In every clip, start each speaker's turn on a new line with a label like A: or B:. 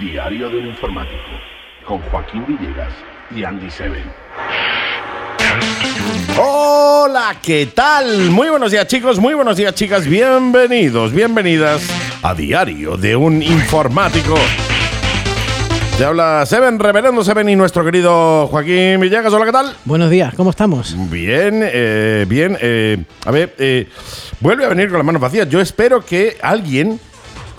A: Diario del Informático con Joaquín Villegas y Andy Seven.
B: Hola, ¿qué tal? Muy buenos días chicos, muy buenos días chicas, bienvenidos, bienvenidas a Diario de un Informático. Te habla Seven, Reverendo Seven y nuestro querido Joaquín Villegas. Hola, ¿qué tal?
C: Buenos días, ¿cómo estamos?
B: Bien, eh, bien. eh, a ver, eh, vuelve a venir con las manos vacías. Yo espero que alguien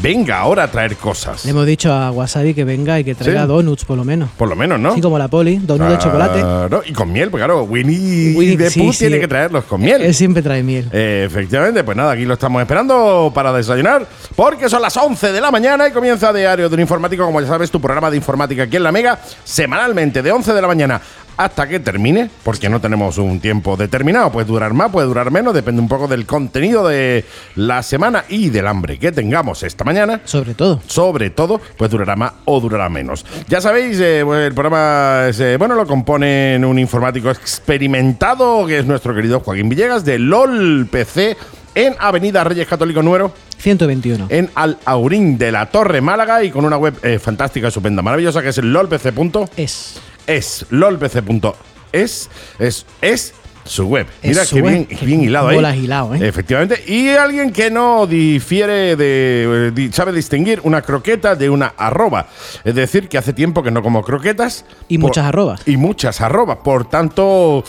B: venga ahora a traer cosas.
C: Le hemos dicho a Wasabi que venga y que traiga
B: Sí.
C: donuts, por lo menos.
B: Por lo menos, ¿no?
C: Así como la poli, donuts de chocolate.
B: Claro, Ah, y con miel, porque claro, Winnie,
C: Winnie-
B: the
C: sí,
B: Pooh
C: sí.
B: tiene que traerlos con miel.
C: Él siempre trae miel.
B: Eh, efectivamente, pues nada, aquí lo estamos esperando para desayunar, porque son las 11 de la mañana y comienza Diario de un Informático, como ya sabes, tu programa de informática aquí en La Mega, semanalmente de 11 de la mañana hasta que termine, porque no tenemos un tiempo determinado, puede durar más, puede durar menos, depende un poco del contenido de la semana y del hambre que tengamos esta mañana
C: Sobre todo.
B: sobre todo, pues durará más o durará menos. Ya sabéis, eh, pues el programa es, eh, bueno lo componen un informático experimentado, que es nuestro querido Joaquín Villegas, de LOL PC, en Avenida Reyes Católico número
C: 121.
B: en Al Aurín de la Torre Málaga y con una web eh, fantástica, estupenda, maravillosa, que es lolpc.es,
C: Es.
B: lolpc.es, es, es su web.
C: Es
B: Mira
C: su
B: qué
C: web,
B: bien,
C: qué
B: qué bien hilado ahí.
C: bolas hilado, ¿eh?
B: Efectivamente. Y alguien que no difiere de. eh, di- sabe distinguir una croqueta de una arroba. Es decir, que hace tiempo que no como croquetas.
C: Y
B: Por-
C: muchas arrobas.
B: Y muchas arrobas. Por tanto.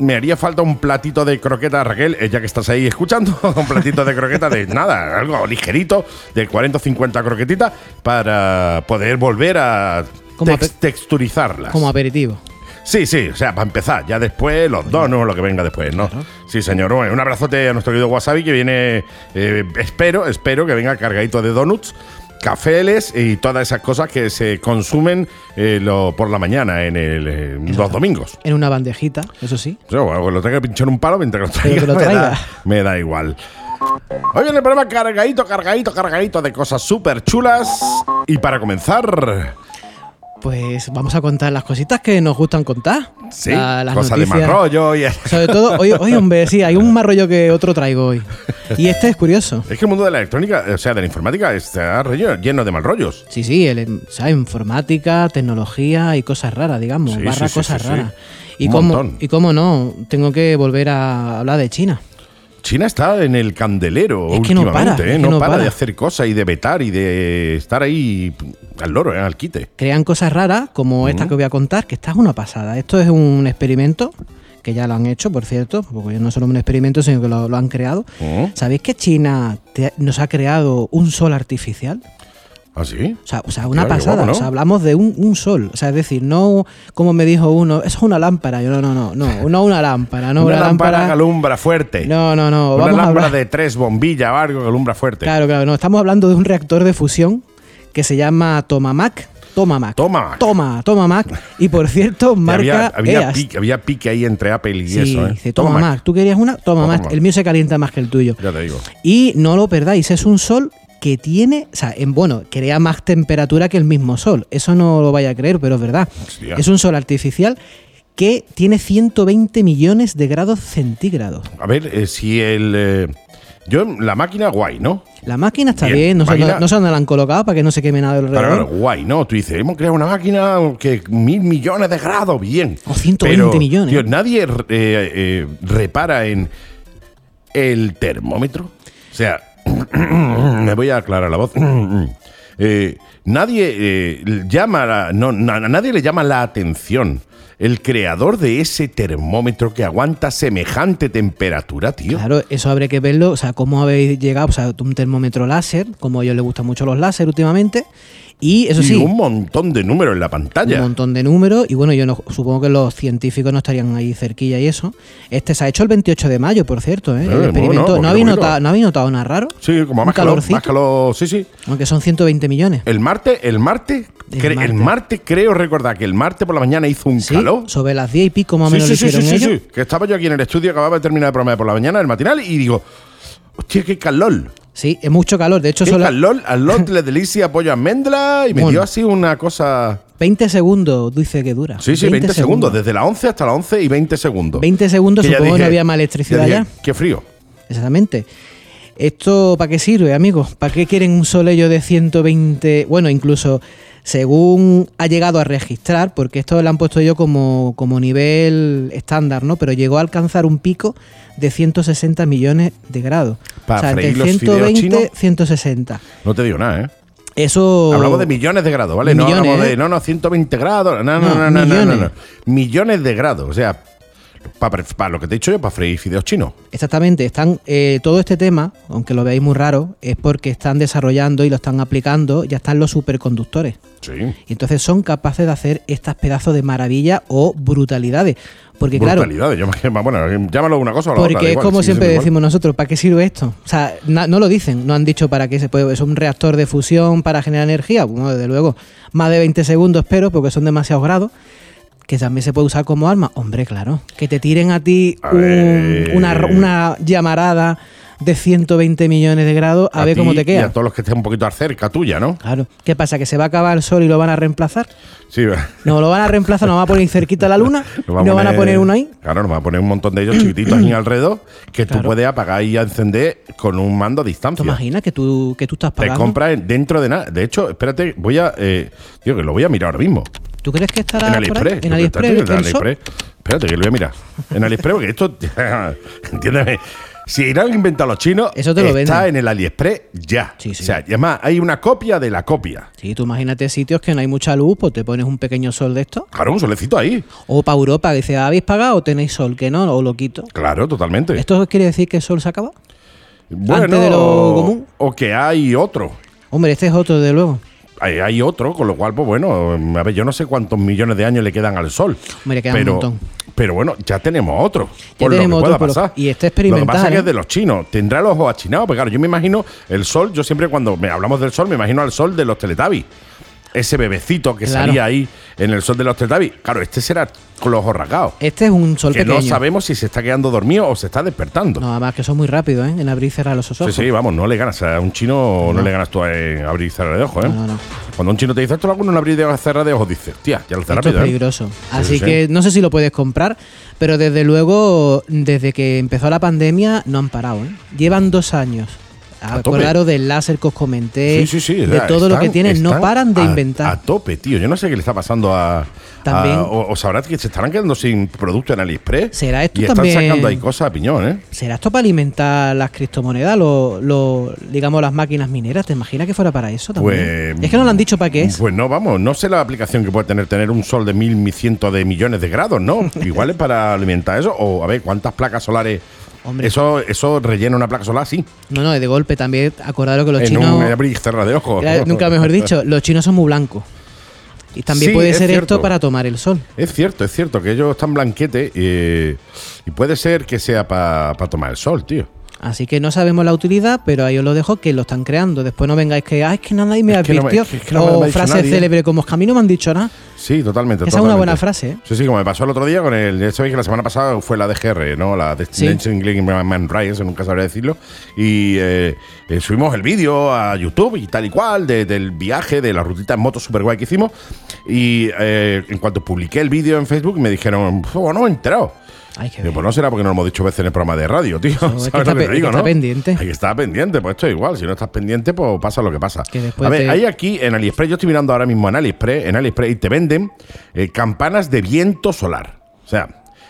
B: Me haría falta un platito de croqueta, Raquel, eh, ya que estás ahí escuchando, un platito de croqueta de nada, algo ligerito, de 40 o 50 croquetitas, para poder volver a
C: Como
B: tex-
C: ape-
B: texturizarlas.
C: Como aperitivo.
B: Sí, sí, o sea, para empezar, ya después los donos, lo que venga después, ¿no? Sí, señor. Bueno, un abrazote a nuestro querido Wasabi que viene, eh, espero, espero que venga cargadito de donuts, cafés y todas esas cosas que se consumen eh, lo- por la mañana, en el, eh, los domingos.
C: En una bandejita, eso sí.
B: Yo, bueno, que lo tenga que pinchar un palo mientras que lo traiga.
C: Pero que lo
B: me da-
C: traiga.
B: Me, da, igual. Hoy viene el programa cargadito, cargadito, cargadito de cosas súper chulas. Y para comenzar,
C: Pues vamos a contar las cositas que nos gustan contar.
B: sí,
C: La- Ah, las
B: cosas de
C: noticias.
B: más rollo y...
C: Sobre todo, hoy, hoy, hombre, sí, hay un más rollo que otro traigo hoy. Y este es curioso.
B: Es que el mundo de la electrónica, o sea, de la informática, está relleno- lleno de mal rollos.
C: Sí, sí, el, o sea, informática, tecnología y cosas raras, digamos,
B: Sí, sí,
C: barra
B: sí,
C: cosas
B: sí, sí.
C: raras. Y
B: Un
C: cómo,
B: montón.
C: y cómo no, tengo que volver a hablar de China.
B: China está en el candelero
C: Es que no
B: últimamente,
C: para,
B: ¿eh?
C: es que
B: no,
C: no
B: para,
C: para.
B: de hacer cosas y de vetar y de estar ahí al loro, ¿eh? al quite.
C: Crean cosas raras como esta que voy a contar, que esta es una pasada. Esto es un experimento que ya lo han hecho, por cierto, porque no solo un experimento, sino que lo, lo han creado.
B: ¿Mm?
C: ¿Sabéis que China te- nos ha creado un sol artificial?
B: ¿Ah, sí?
C: O sea, o sea, una
B: Claro, qué
C: pasada.
B: guapo, ¿no?
C: O sea, hablamos de un, un sol. O sea, es decir, no como me dijo uno, eso es una lámpara. Yo, no, no, no, no, no una lámpara, no una,
B: Una lámpara que alumbra fuerte.
C: No, no,
B: Eh,
C: no.
B: Una
C: vamos a
B: lámpara
C: hablar-
B: de este. tres bombillas o algo que alumbra fuerte.
C: Claro, claro. No, estamos hablando de un reactor de fusión que se llama Tomamac. Tomamac.
B: Tomamac.
C: Toma, Tomamac. Y por cierto,
B: Que
C: marca E
B: había, había,
C: EAST.
B: pique, había pique ahí entre Apple y
C: Sí,
B: eso. ¿eh?
C: dice
B: Toma,
C: Tomamac.
B: Mac.
C: Tú querías una, Tomamac.
B: Tomamac.
C: El mío se calienta más que el tuyo.
B: Ya te digo.
C: Y no lo perdáis, es un sol que tiene, o sea, en, bueno, crea más temperatura que el mismo sol. Eso no lo vaya a creer, pero es verdad.
B: Hostia.
C: Es un sol artificial que tiene 120 millones de grados centígrados.
B: A ver, eh, si el. eh, yo, la máquina, guay, ¿no?
C: La máquina está
B: Bien,
C: bien, no, sé
B: máquina-
C: dónde- no sé dónde la han colocado para que no se queme nada alrededor.
B: Claro, claro, guay, ¿no? Tú dices, hemos creado una máquina que mil millones de grados, bien.
C: O 120
B: Pero,
C: millones.
B: tío, nadie eh, eh, repara en el termómetro. O sea, me voy a aclarar la voz. Eh, nadie eh, llama, a- no, na- a nadie le llama la atención. El creador de ese termómetro que aguanta semejante temperatura, tío.
C: Claro, eso habría que verlo, o sea, cómo habéis llegado, o sea, un termómetro láser, como a ellos les gustan mucho los láser últimamente, y eso
B: y
C: sí,
B: un montón de números en la
C: un
B: pantalla.
C: montón de números, y bueno, yo no, supongo que los científicos no estarían ahí cerquilla y eso. Este se ha hecho el 28 de mayo, por cierto,
B: Eh,
C: ¿eh? el
B: bueno,
C: experimento.
B: poquito,
C: ¿No, habéis
B: poquito.
C: notado, ¿No habéis notado nada raro?
B: Sí, como
C: Un
B: más calor, Eh,
C: calorcito.
B: más calor, sí, sí.
C: Aunque son 120 millones.
B: El martes, el martes,
C: El
B: cre- el
C: martes.
B: martes creo recordar que el martes por la mañana hizo un
C: Sí,
B: calor.
C: sobre las 10 y pico más o
B: Sí,
C: menos
B: sí,
C: lo
B: sí, sí,
C: hicieron
B: sí,
C: ellos.
B: sí. Que estaba yo aquí en el estudio, acababa de terminar el programa de por la mañana, el matinal, y digo, hostia, qué calor.
C: Sí, es mucho calor. De hecho,
B: Qué
C: solo,
B: calor, al lot le delicia pollo almendra, y me
C: Bueno.
B: dio así una cosa.
C: 20 segundos dice que dura.
B: Sí, sí, 20, segundos. Desde las 11 hasta las 11 y 20 segundos.
C: 20 segundos,
B: Que ya
C: supongo que no
B: dije-
C: había más electricidad
B: dije,
C: ya.
B: Qué frío.
C: Exactamente. ¿Esto para qué sirve, amigos? ¿Para qué quieren un solello de 120? Bueno, incluso según ha llegado a registrar, porque esto lo han puesto yo como, como nivel estándar, ¿no? Pero llegó a alcanzar un pico de 160 millones de grados.
B: Para
C: o sea, entre
B: freír los fideos
C: 120,
B: chinos.
C: 160.
B: No te digo nada, ¿eh?
C: Eso.
B: Hablamos de millones de grados, ¿vale? no
C: Millones,
B: hablamos de.
C: ¿eh?
B: No, no, 120 grados. No, no,
C: No,
B: no, no, no, no,
C: millones.
B: no. Millones de grados. O sea, para lo que te he dicho yo, para freír fideos chinos.
C: Exactamente, están eh, todo este tema, aunque lo veáis muy raro, es porque están desarrollando y lo están aplicando, ya están los superconductores.
B: Sí.
C: Y entonces son capaces de hacer estas pedazos de maravillas o brutalidades. Porque claro,
B: Brutalidades. llama- Bueno, llámalo una cosa o la otra. da
C: porque es
B: igual,
C: como
B: sigue
C: siempre
B: siendo igual.
C: decimos nosotros, ¿para qué sirve esto? O sea, na- no lo dicen, no han dicho para qué se puede, es un reactor de fusión para generar energía, bueno, desde luego, más de 20 segundos, pero porque son demasiados grados, que también se puede usar como arma. Hombre, claro, que te tiren a ti
B: A
C: un-
B: ver.
C: una, ro- una llamarada de 120 millones de grados, a, ver
B: ti
C: cómo te
B: Y
C: queda.
B: a todos los que estén un poquito cerca tuya, ¿no?
C: Claro, ¿qué pasa? ¿Que se va a acabar el sol y lo van a reemplazar?
B: Sí.
C: No, lo van a reemplazar, nos van a poner cerquita la luna,
B: Nos
C: no van a poner uno ahí.
B: Claro, nos van a poner un montón de ellos chiquititos ahí alrededor que tú
C: Claro.
B: puedes apagar y encender con un mando a distancia.
C: ¿Te imaginas que tú, que tú estás
B: Te
C: pagando?
B: compras en- dentro de nada. De hecho, espérate, voy a. Eh, tío, que lo voy a mirar ahora mismo.
C: ¿Tú crees que estará
B: En
C: por ahí?
B: AliExpress.
C: En
B: yo creo que está, tío,
C: AliExpress. el shop?
B: AliExpress. Espérate, que lo voy a mirar. En AliExpress, porque esto. Entiéndeme. Si lo han inventado los chinos,
C: Eso te lo
B: está
C: venden.
B: en el AliExpress ya.
C: Sí, sí.
B: O sea, y además hay una copia de la copia.
C: Sí, tú imagínate sitios que no hay mucha luz, pues te pones un pequeño sol de esto.
B: Claro, un solecito ahí.
C: O para Europa, que dice, ¿habéis pagado o tenéis sol? Que no, o lo quito.
B: Claro, totalmente.
C: ¿Esto quiere decir que el sol se acaba?
B: bueno,
C: antes de lo común.
B: O que hay otro.
C: Hombre, este es otro, de luego.
B: Hay, hay otro, con lo cual, pues bueno, a ver, yo no sé cuántos millones de años le quedan al Sol.
C: Hombre, le quedan un
B: pero,
C: montón.
B: Pero bueno, ya tenemos otro.
C: Ya
B: por lo que
C: tenemos
B: pueda
C: otro, por lo-
B: pasar.
C: y este
B: Lo que
C: experimental,
B: pasa es que
C: ¿eh?
B: es de los chinos. Tendrá los ojos achinados, porque claro, yo me imagino el Sol, yo siempre cuando me hablamos del Sol me imagino al Sol de los Teletubbies. Ese bebecito que
C: Claro.
B: salía ahí en el Sol de los Teletubbies. Claro, este será con los ojos rasgados.
C: Este es un sol
B: que
C: pequeño.
B: no sabemos si se está quedando dormido o se está despertando.
C: No, además que son muy rápidos, ¿eh? En abrir y cerrar los
B: Sí,
C: ojos.
B: sí, vamos, no le ganas. O sea, a un chino no, le ganas tú en abrir y cerrar de ojos, ¿eh?
C: No, no.
B: Cuando un chino te dice esto lo hago en un abrir y cerrar de ojos, dice, hostia, ya lo cerré
C: Esto es
B: rápido. ¿eh?".
C: peligroso. Así
B: sí, sí.
C: que no sé si lo puedes comprar, pero desde luego, desde que empezó la pandemia, no han parado. ¿eh? Llevan dos años.
B: A tope.
C: Acordaros del láser que os comenté,
B: Sí, sí, sí.
C: eh, de
B: o sea,
C: todo lo que
B: están-
C: tienen, no
B: están
C: paran de
B: a-
C: inventar.
B: A tope, tío. Yo no sé qué le está pasando a.
C: También.
B: a- o, o sabrás que se estarán quedando sin producto en AliExpress.
C: ¿Será esto
B: Y
C: también-
B: están sacando ahí cosas a piñón, ¿eh?
C: ¿Será esto para alimentar las criptomonedas, lo, lo- digamos las máquinas mineras? ¿Te imaginas que fuera para eso también?
B: Pues-
C: es que no lo han dicho para qué es.
B: Pues no, vamos, no sé la aplicación que puede tener tener un sol de mil, mi ciento de millones de grados, ¿no? Igual es para alimentar eso. O a ver, ¿cuántas placas solares?
C: Hombre.
B: Eso, eso rellena una placa solar, sí.
C: No, no, de golpe también, acordaros que los
B: mm. en
C: chinos...
B: un abrir y cerrar de ojos.
C: Era- nunca mejor dicho, los chinos son muy blancos. Y también
B: Sí,
C: puede
B: es
C: ser
B: cierto.
C: esto para tomar el sol.
B: Es cierto, es cierto que ellos están blanquete eh, y puede ser que sea para tomar el sol, tío.
C: Así que no sabemos la utilidad, pero ahí os lo dejo que lo están creando. Después no vengáis que, ay, es que nadie me
B: Es que no me-
C: advirtió.
B: es que- es que no me lo ha
C: o
B: dicho
C: frases
B: nadie. ¿eh?
C: célebres como, es que a mí no me han dicho nada.
B: Sí, totalmente.
C: Esa es una
B: totalmente.
C: buena frase, ¿eh?
B: Sí, sí, como me pasó el otro día con el. Ya sabéis que la semana pasada fue la DGR, ¿no? La de
C: Sí.
B: Dancing League Man- Man Ryan, nunca sabré decirlo. Y eh, eh, subimos el vídeo a YouTube y tal y cual, de- del viaje, de la rutita en moto super guay que hicimos. Y eh, en cuanto publiqué el vídeo en Facebook, me dijeron, "Puf, no me he enterado.
C: Ay, qué
B: Digo,
C: bien.
B: pues no será porque no lo hemos dicho veces en el programa de radio, tío.
C: es que
B: ¿Sabes
C: está
B: lo que
C: pe-
B: te digo,
C: es que está
B: no?
C: pendiente.
B: Hay que estar pendiente, pues esto es igual. Si no estás pendiente, pues pasa lo que pasa.
C: Que después
B: a ver,
C: te-
B: hay aquí en AliExpress, yo estoy mirando ahora mismo en AliExpress, en AliExpress y te venden eh, campanas de viento solar. O sea,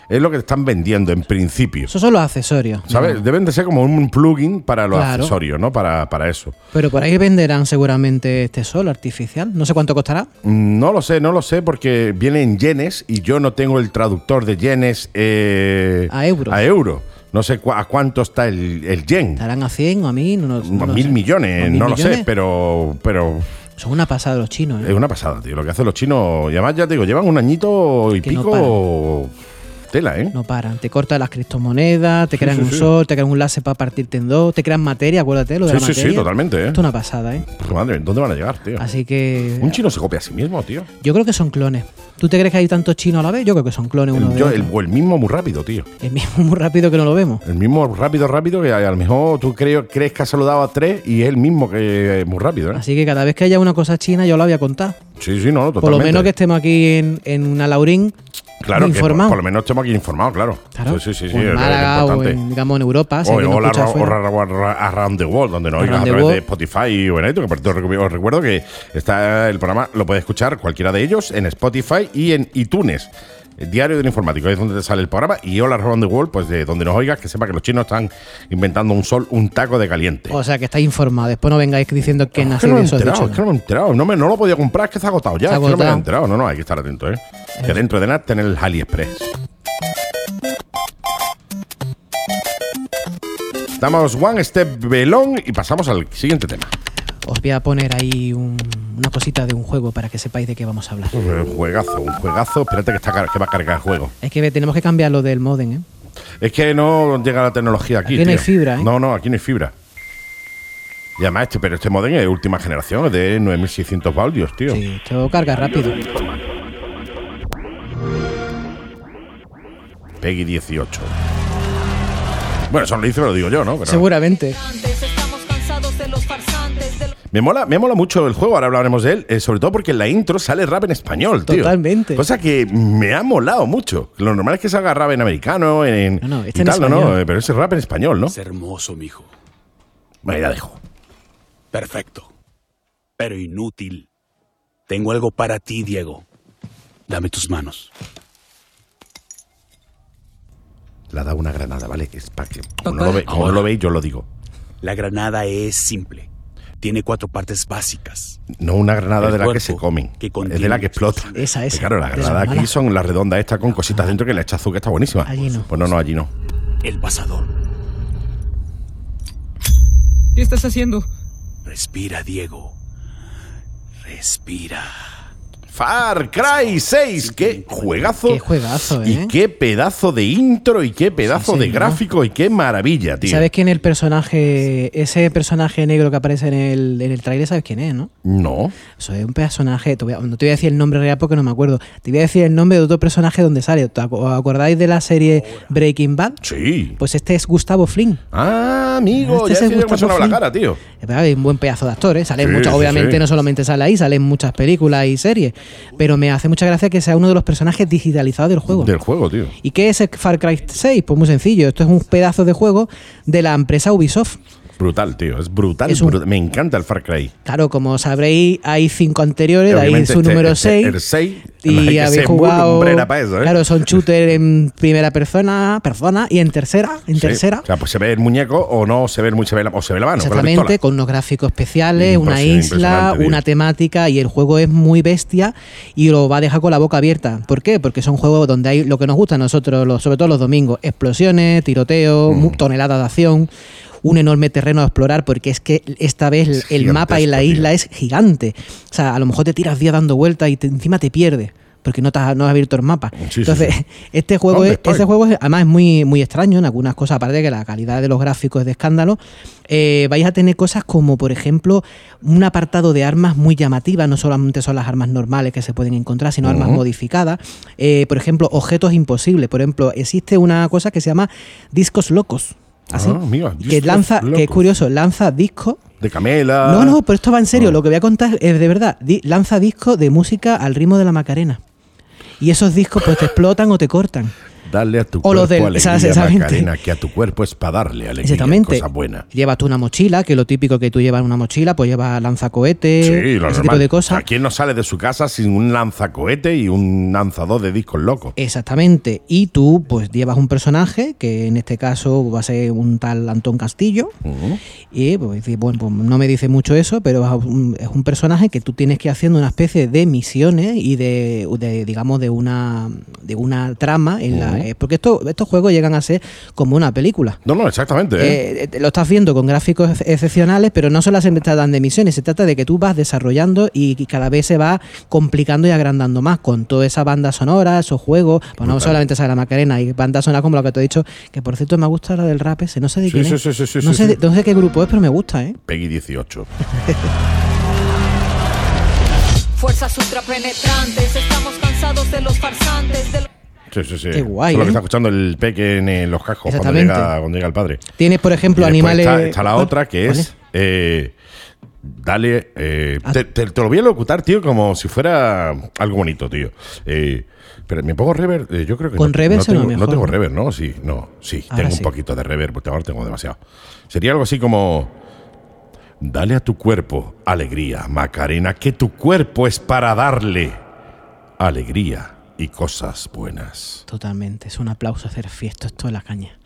B: es lo que te están vendiendo en principio.
C: Esos son los accesorios.
B: ¿Sabes? Deben de ser como un plugin para los
C: Claro.
B: accesorios, ¿no? Para, para eso.
C: Pero por ahí venderán seguramente este sol artificial. No sé cuánto costará.
B: Mm, No lo sé, no lo sé, porque viene en yenes y yo no tengo el traductor de yenes eh,
C: A euro.
B: A euro. No sé cua- a cuánto está el, el yen.
C: ¿Estarán a 100 o a 1000? No, lo- no
B: A
C: lo
B: mil
C: sé.
B: millones,
C: ¿A mil
B: no lo sé,
C: millones?
B: pero, pero
C: Son una pasada los chinos. ¿eh?
B: es una pasada, tío. Lo que hacen los chinos, y además ya te digo, llevan un añito y
C: Que no
B: pico Tela, ¿eh?
C: No paran. Te cortan las criptomonedas, te crean
B: sí,
C: un
B: sí.
C: sol, te crean un láser para partirte en dos, te crean materia, acuérdate lo de
B: Sí,
C: la
B: sí, sí,
C: materia.
B: totalmente, ¿eh?
C: Esto es una pasada, ¿eh?
B: Pff, Madre, ¿dónde van a llegar, tío?
C: Así que.
B: Un chino se copia a sí mismo, tío.
C: Yo creo que son clones. ¿Tú te crees que hay tantos chinos a la vez? Yo creo que son clones uno
B: El,
C: de
B: yo-
C: otro.
B: el- o el mismo muy rápido, tío.
C: Es mismo muy rápido que no lo vemos.
B: El mismo rápido, rápido, que a lo mejor tú creo, crees que has saludado a tres y es el mismo que es muy rápido, ¿eh?
C: Así que cada vez que haya una cosa china, yo la voy a contar.
B: Sí, sí, no, no, totalmente.
C: Por lo menos que estemos aquí en, en una Laurín
B: Claro, que por,
C: informados.
B: por lo menos estamos aquí informados, claro.
C: Claro.
B: Sí, sí, sí, sí,
C: o en
B: es- es
C: Málaga, o
B: importante.
C: en, digamos, en Europa. si
B: O,
C: alguien
B: o
C: nos
B: la
C: escucha
B: ra- o
C: afuera.
B: ra- ra- Around the World, donde nos oigas a
C: Around the
B: través de
C: World.
B: Spotify o en iTunes, que por cierto os recuerdo que está el programa, lo puedes escuchar cualquiera de ellos en Spotify y en iTunes. El diario del informático, ahí es donde te sale el programa. Y Hola Around the World, pues de donde nos oigas, que sepa que los chinos están inventando un sol, un taco de caliente.
C: O sea, que estáis informados. Después no vengáis diciendo que
B: Es que
C: nací
B: no me
C: de
B: he
C: esos
B: enterado,
C: bichos.
B: es que no me he enterado. No, me, no lo podía comprar, es que se ha agotado ya.
C: Se ha
B: es que no me he
C: agotado.
B: enterado. No, no, hay que estar atento, ¿eh? Que dentro de nada tener el AliExpress. Damos one step belong y pasamos al siguiente tema.
C: Os voy a poner ahí un- una cosita de un juego para que sepáis de qué vamos a hablar.
B: Un juegazo, un juegazo. Espérate que, está, car- que va a cargar el juego.
C: Es que tenemos que cambiar lo del modem, ¿eh?
B: Es que no llega la tecnología aquí.
C: Aquí no hay
B: tío.
C: fibra, ¿eh?
B: No, no, aquí no hay fibra. Y además, este, pero este modem es de última generación, es de 9600 baldios, tío.
C: Sí, esto carga rápido.
B: Peggy 18. Bueno, eso no lo dice, pero lo digo yo, ¿no? Pero-
C: Seguramente.
D: Estamos cansados de los farsantes, de los
B: Me mola, me mola mucho el juego, ahora hablaremos de él, eh, sobre todo porque en la intro sale rap en español, tío.
C: Totalmente.
B: Cosa que me ha molado mucho. Lo normal es que salga rap en americano, en.
C: No, no,
B: y
C: este en
B: tal, no, no,
C: español.
B: eh, pero ese rap en español, ¿no?
E: Es hermoso, mijo.
B: Bueno, ahí la dejo.
E: Perfecto. Pero inútil. Tengo algo para ti, Diego. Dame tus manos.
B: La da una granada, ¿vale? Es para que. Como no, lo ve- como no lo veis, yo lo digo.
E: La granada es simple. Tiene cuatro partes básicas.
B: No una granada
E: El
B: de la que
E: cuerpo
B: se comen.
E: que
B: es de la que
E: contiene-
B: explota. Pues
C: Esa, esa,
B: Claro, la
C: de la
B: granada aquí
C: mala.
B: son las redondas estas con cositas dentro que le echa azúcar, está buenísima.
C: Allí no.
B: Pues no, no, allí no.
E: El pasador.
F: ¿Qué estás haciendo?
E: Respira, Diego. Respira.
B: Far Cry 6, qué juegazo.
C: Qué juegazo, ¿eh?
B: Y qué pedazo de intro y qué pedazo
C: Sí,
B: de
C: señor.
B: gráfico y qué maravilla, tío.
C: ¿Sabes quién es el personaje, ese personaje negro que aparece en el, en el trailer? ¿Sabes quién es, no?
B: No.
C: Eso es un personaje, te voy a- no te voy a decir el nombre real porque no me acuerdo. Te voy a decir el nombre de otro personaje donde sale. ¿Te ac- ¿Os acordáis de la serie Breaking Bad?
B: Sí.
C: Pues este es Gustavo Flink.
B: Ah, amigo,
C: Este
B: ya
C: se
B: sé yo
C: gusta
B: cómo sonaba
C: por
B: la
C: fin.
B: cara, tío.
C: Es verdad, hay un buen pedazo de actores, sale
B: Sí,
C: mucho,
B: sí,
C: obviamente
B: sí.
C: no solamente sale ahí, salen muchas películas y series, pero me hace mucha gracia que sea uno de los personajes digitalizados del juego.
B: Del juego, tío.
C: ¿Y qué es el Far Cry 6? Pues muy sencillo, esto es un pedazo de juego de la empresa Ubisoft.
B: Brutal, tío. Es brutal.
C: Es un-
B: brutal. Me encanta el Far Cry.
C: Claro, como sabréis, hay cinco anteriores, de ahí
B: Obviamente
C: su
B: este-
C: número
B: este-
C: 6.
B: el seis, hay que
C: y
B: ser
C: habéis
B: muy
C: jugado.
B: lumbrera pa' eso, ¿eh?
C: Claro, son shooter en primera persona, persona y en tercera, en
B: Sí.
C: tercera.
B: O sea, pues se ve el muñeco o no se ve el mu- se ve la, o se ve la mano. con la
C: Exactamente,
B: pistola.
C: con unos gráficos especiales, una
B: Impresionante,
C: isla,
B: impresionante,
C: una
B: tío.
C: temática y el juego es muy bestia y lo va a dejar con la boca abierta. ¿Por qué? Porque son juegos donde hay lo que nos gusta a nosotros, los- sobre todo los domingos, explosiones, tiroteo,
B: Mm.
C: mu- toneladas de acción, un enorme terreno a explorar porque es que esta vez el,
B: Es
C: el mapa y la
B: gigantesco,
C: isla
B: tío.
C: es gigante. O sea, a lo mejor te tiras días dando vueltas y te- encima te pierdes. Porque no, te has, no has abierto el mapa.
B: Sí, sí,
C: Entonces,
B: sí.
C: este juego
B: ¿Dónde
C: es,
B: estoy?
C: este juego es- además es muy, muy extraño en algunas cosas, aparte de que la calidad de los gráficos es de escándalo. eh, vais a tener cosas como, por ejemplo, un apartado de armas muy llamativa, no solamente son las armas normales que se pueden encontrar, sino armas modificadas. Eh, por ejemplo, objetos imposibles. Por ejemplo, existe una cosa que se llama discos locos. Así.
B: Ah, mira,
C: que
B: discos
C: lanza, que es
B: locos. Ah.
C: curioso, lanza discos
B: De Camela.
C: no, no, pero esto va en serio. Lo que voy a contar es de verdad. Di- lanza discos de música al ritmo de la Macarena. Y esos discos pues te explotan o te cortan.
B: Darle a tu
C: O lo
B: cuerpo
C: del-
B: alegría,
C: exactamente.
B: Macarena, que a tu cuerpo es para darle alegría.
C: Exactamente.
B: Cosa buena.
C: Llevas tú una mochila, que lo típico que tú llevas en una mochila, pues llevas lanzacohetes,
B: Sí,
C: Eh, ese
B: lo normal.
C: tipo de cosas.
B: ¿A quién no sale de su casa sin un lanzacohete y un lanzador de discos locos?
C: Exactamente. Y tú, pues, llevas un personaje, que en este caso va a ser un tal Antón Castillo. Y pues, dice, bueno, pues, no me dice mucho eso, pero vas a un- es un personaje que tú tienes que ir haciendo una especie de misiones y de, de, digamos, de una de una trama en la, eh, porque esto- estos juegos llegan a ser como una película.
B: No, no, exactamente. ¿eh?
C: Eh, eh, lo estás viendo con gráficos ex- excepcionales, pero no solo se tratan de misiones, se trata de que tú vas desarrollando y, y cada vez se va complicando y agrandando más con toda esa banda sonora, esos juegos. Pues no solamente esa la Macarena, hay bandas sonoras como la que te he dicho, que por cierto me gusta la del rap ese, no sé de
B: Sí,
C: quién
B: sí,
C: es.
B: sí, sí, sí,
C: no,
B: sí,
C: sé
B: sí.
C: de- no sé qué grupo es, pero me gusta, ¿eh?
B: Peggy 18.
D: Fuerzas ultrapenetrantes, estamos cansados de los farsantes. De lo-
B: Sí, sí, sí.
C: Qué
B: Eso
C: guay,
B: es lo que
C: ¿eh?
B: está escuchando el peque en eh, los cascos cuando
C: Exactamente.
B: llega, cuando llega el padre.
C: Tienes, por ejemplo,
B: Y después
C: animales.
B: Está, está la
C: ¿Cuál?
B: otra que
C: ¿Cuál
B: es. eh, dale. eh,
C: Ah.
B: te, te- te lo voy a locutar, tío, como si fuera algo bonito, tío. Eh, pero me pongo rever. eh, yo creo que.
C: Con
B: no,
C: reverb
B: no
C: suena
B: tengo,
C: mejor,
B: no tengo
C: ¿no?
B: rever, ¿no? Sí, no. Sí,
C: Ahora
B: tengo
C: sí.
B: un poquito de rever, porque ahora tengo demasiado. Sería algo así como. Dale a tu cuerpo alegría, Macarena, que tu cuerpo es para darle alegría y cosas buenas.
C: Totalmente, es un aplauso hacer fiesta esto de la caña.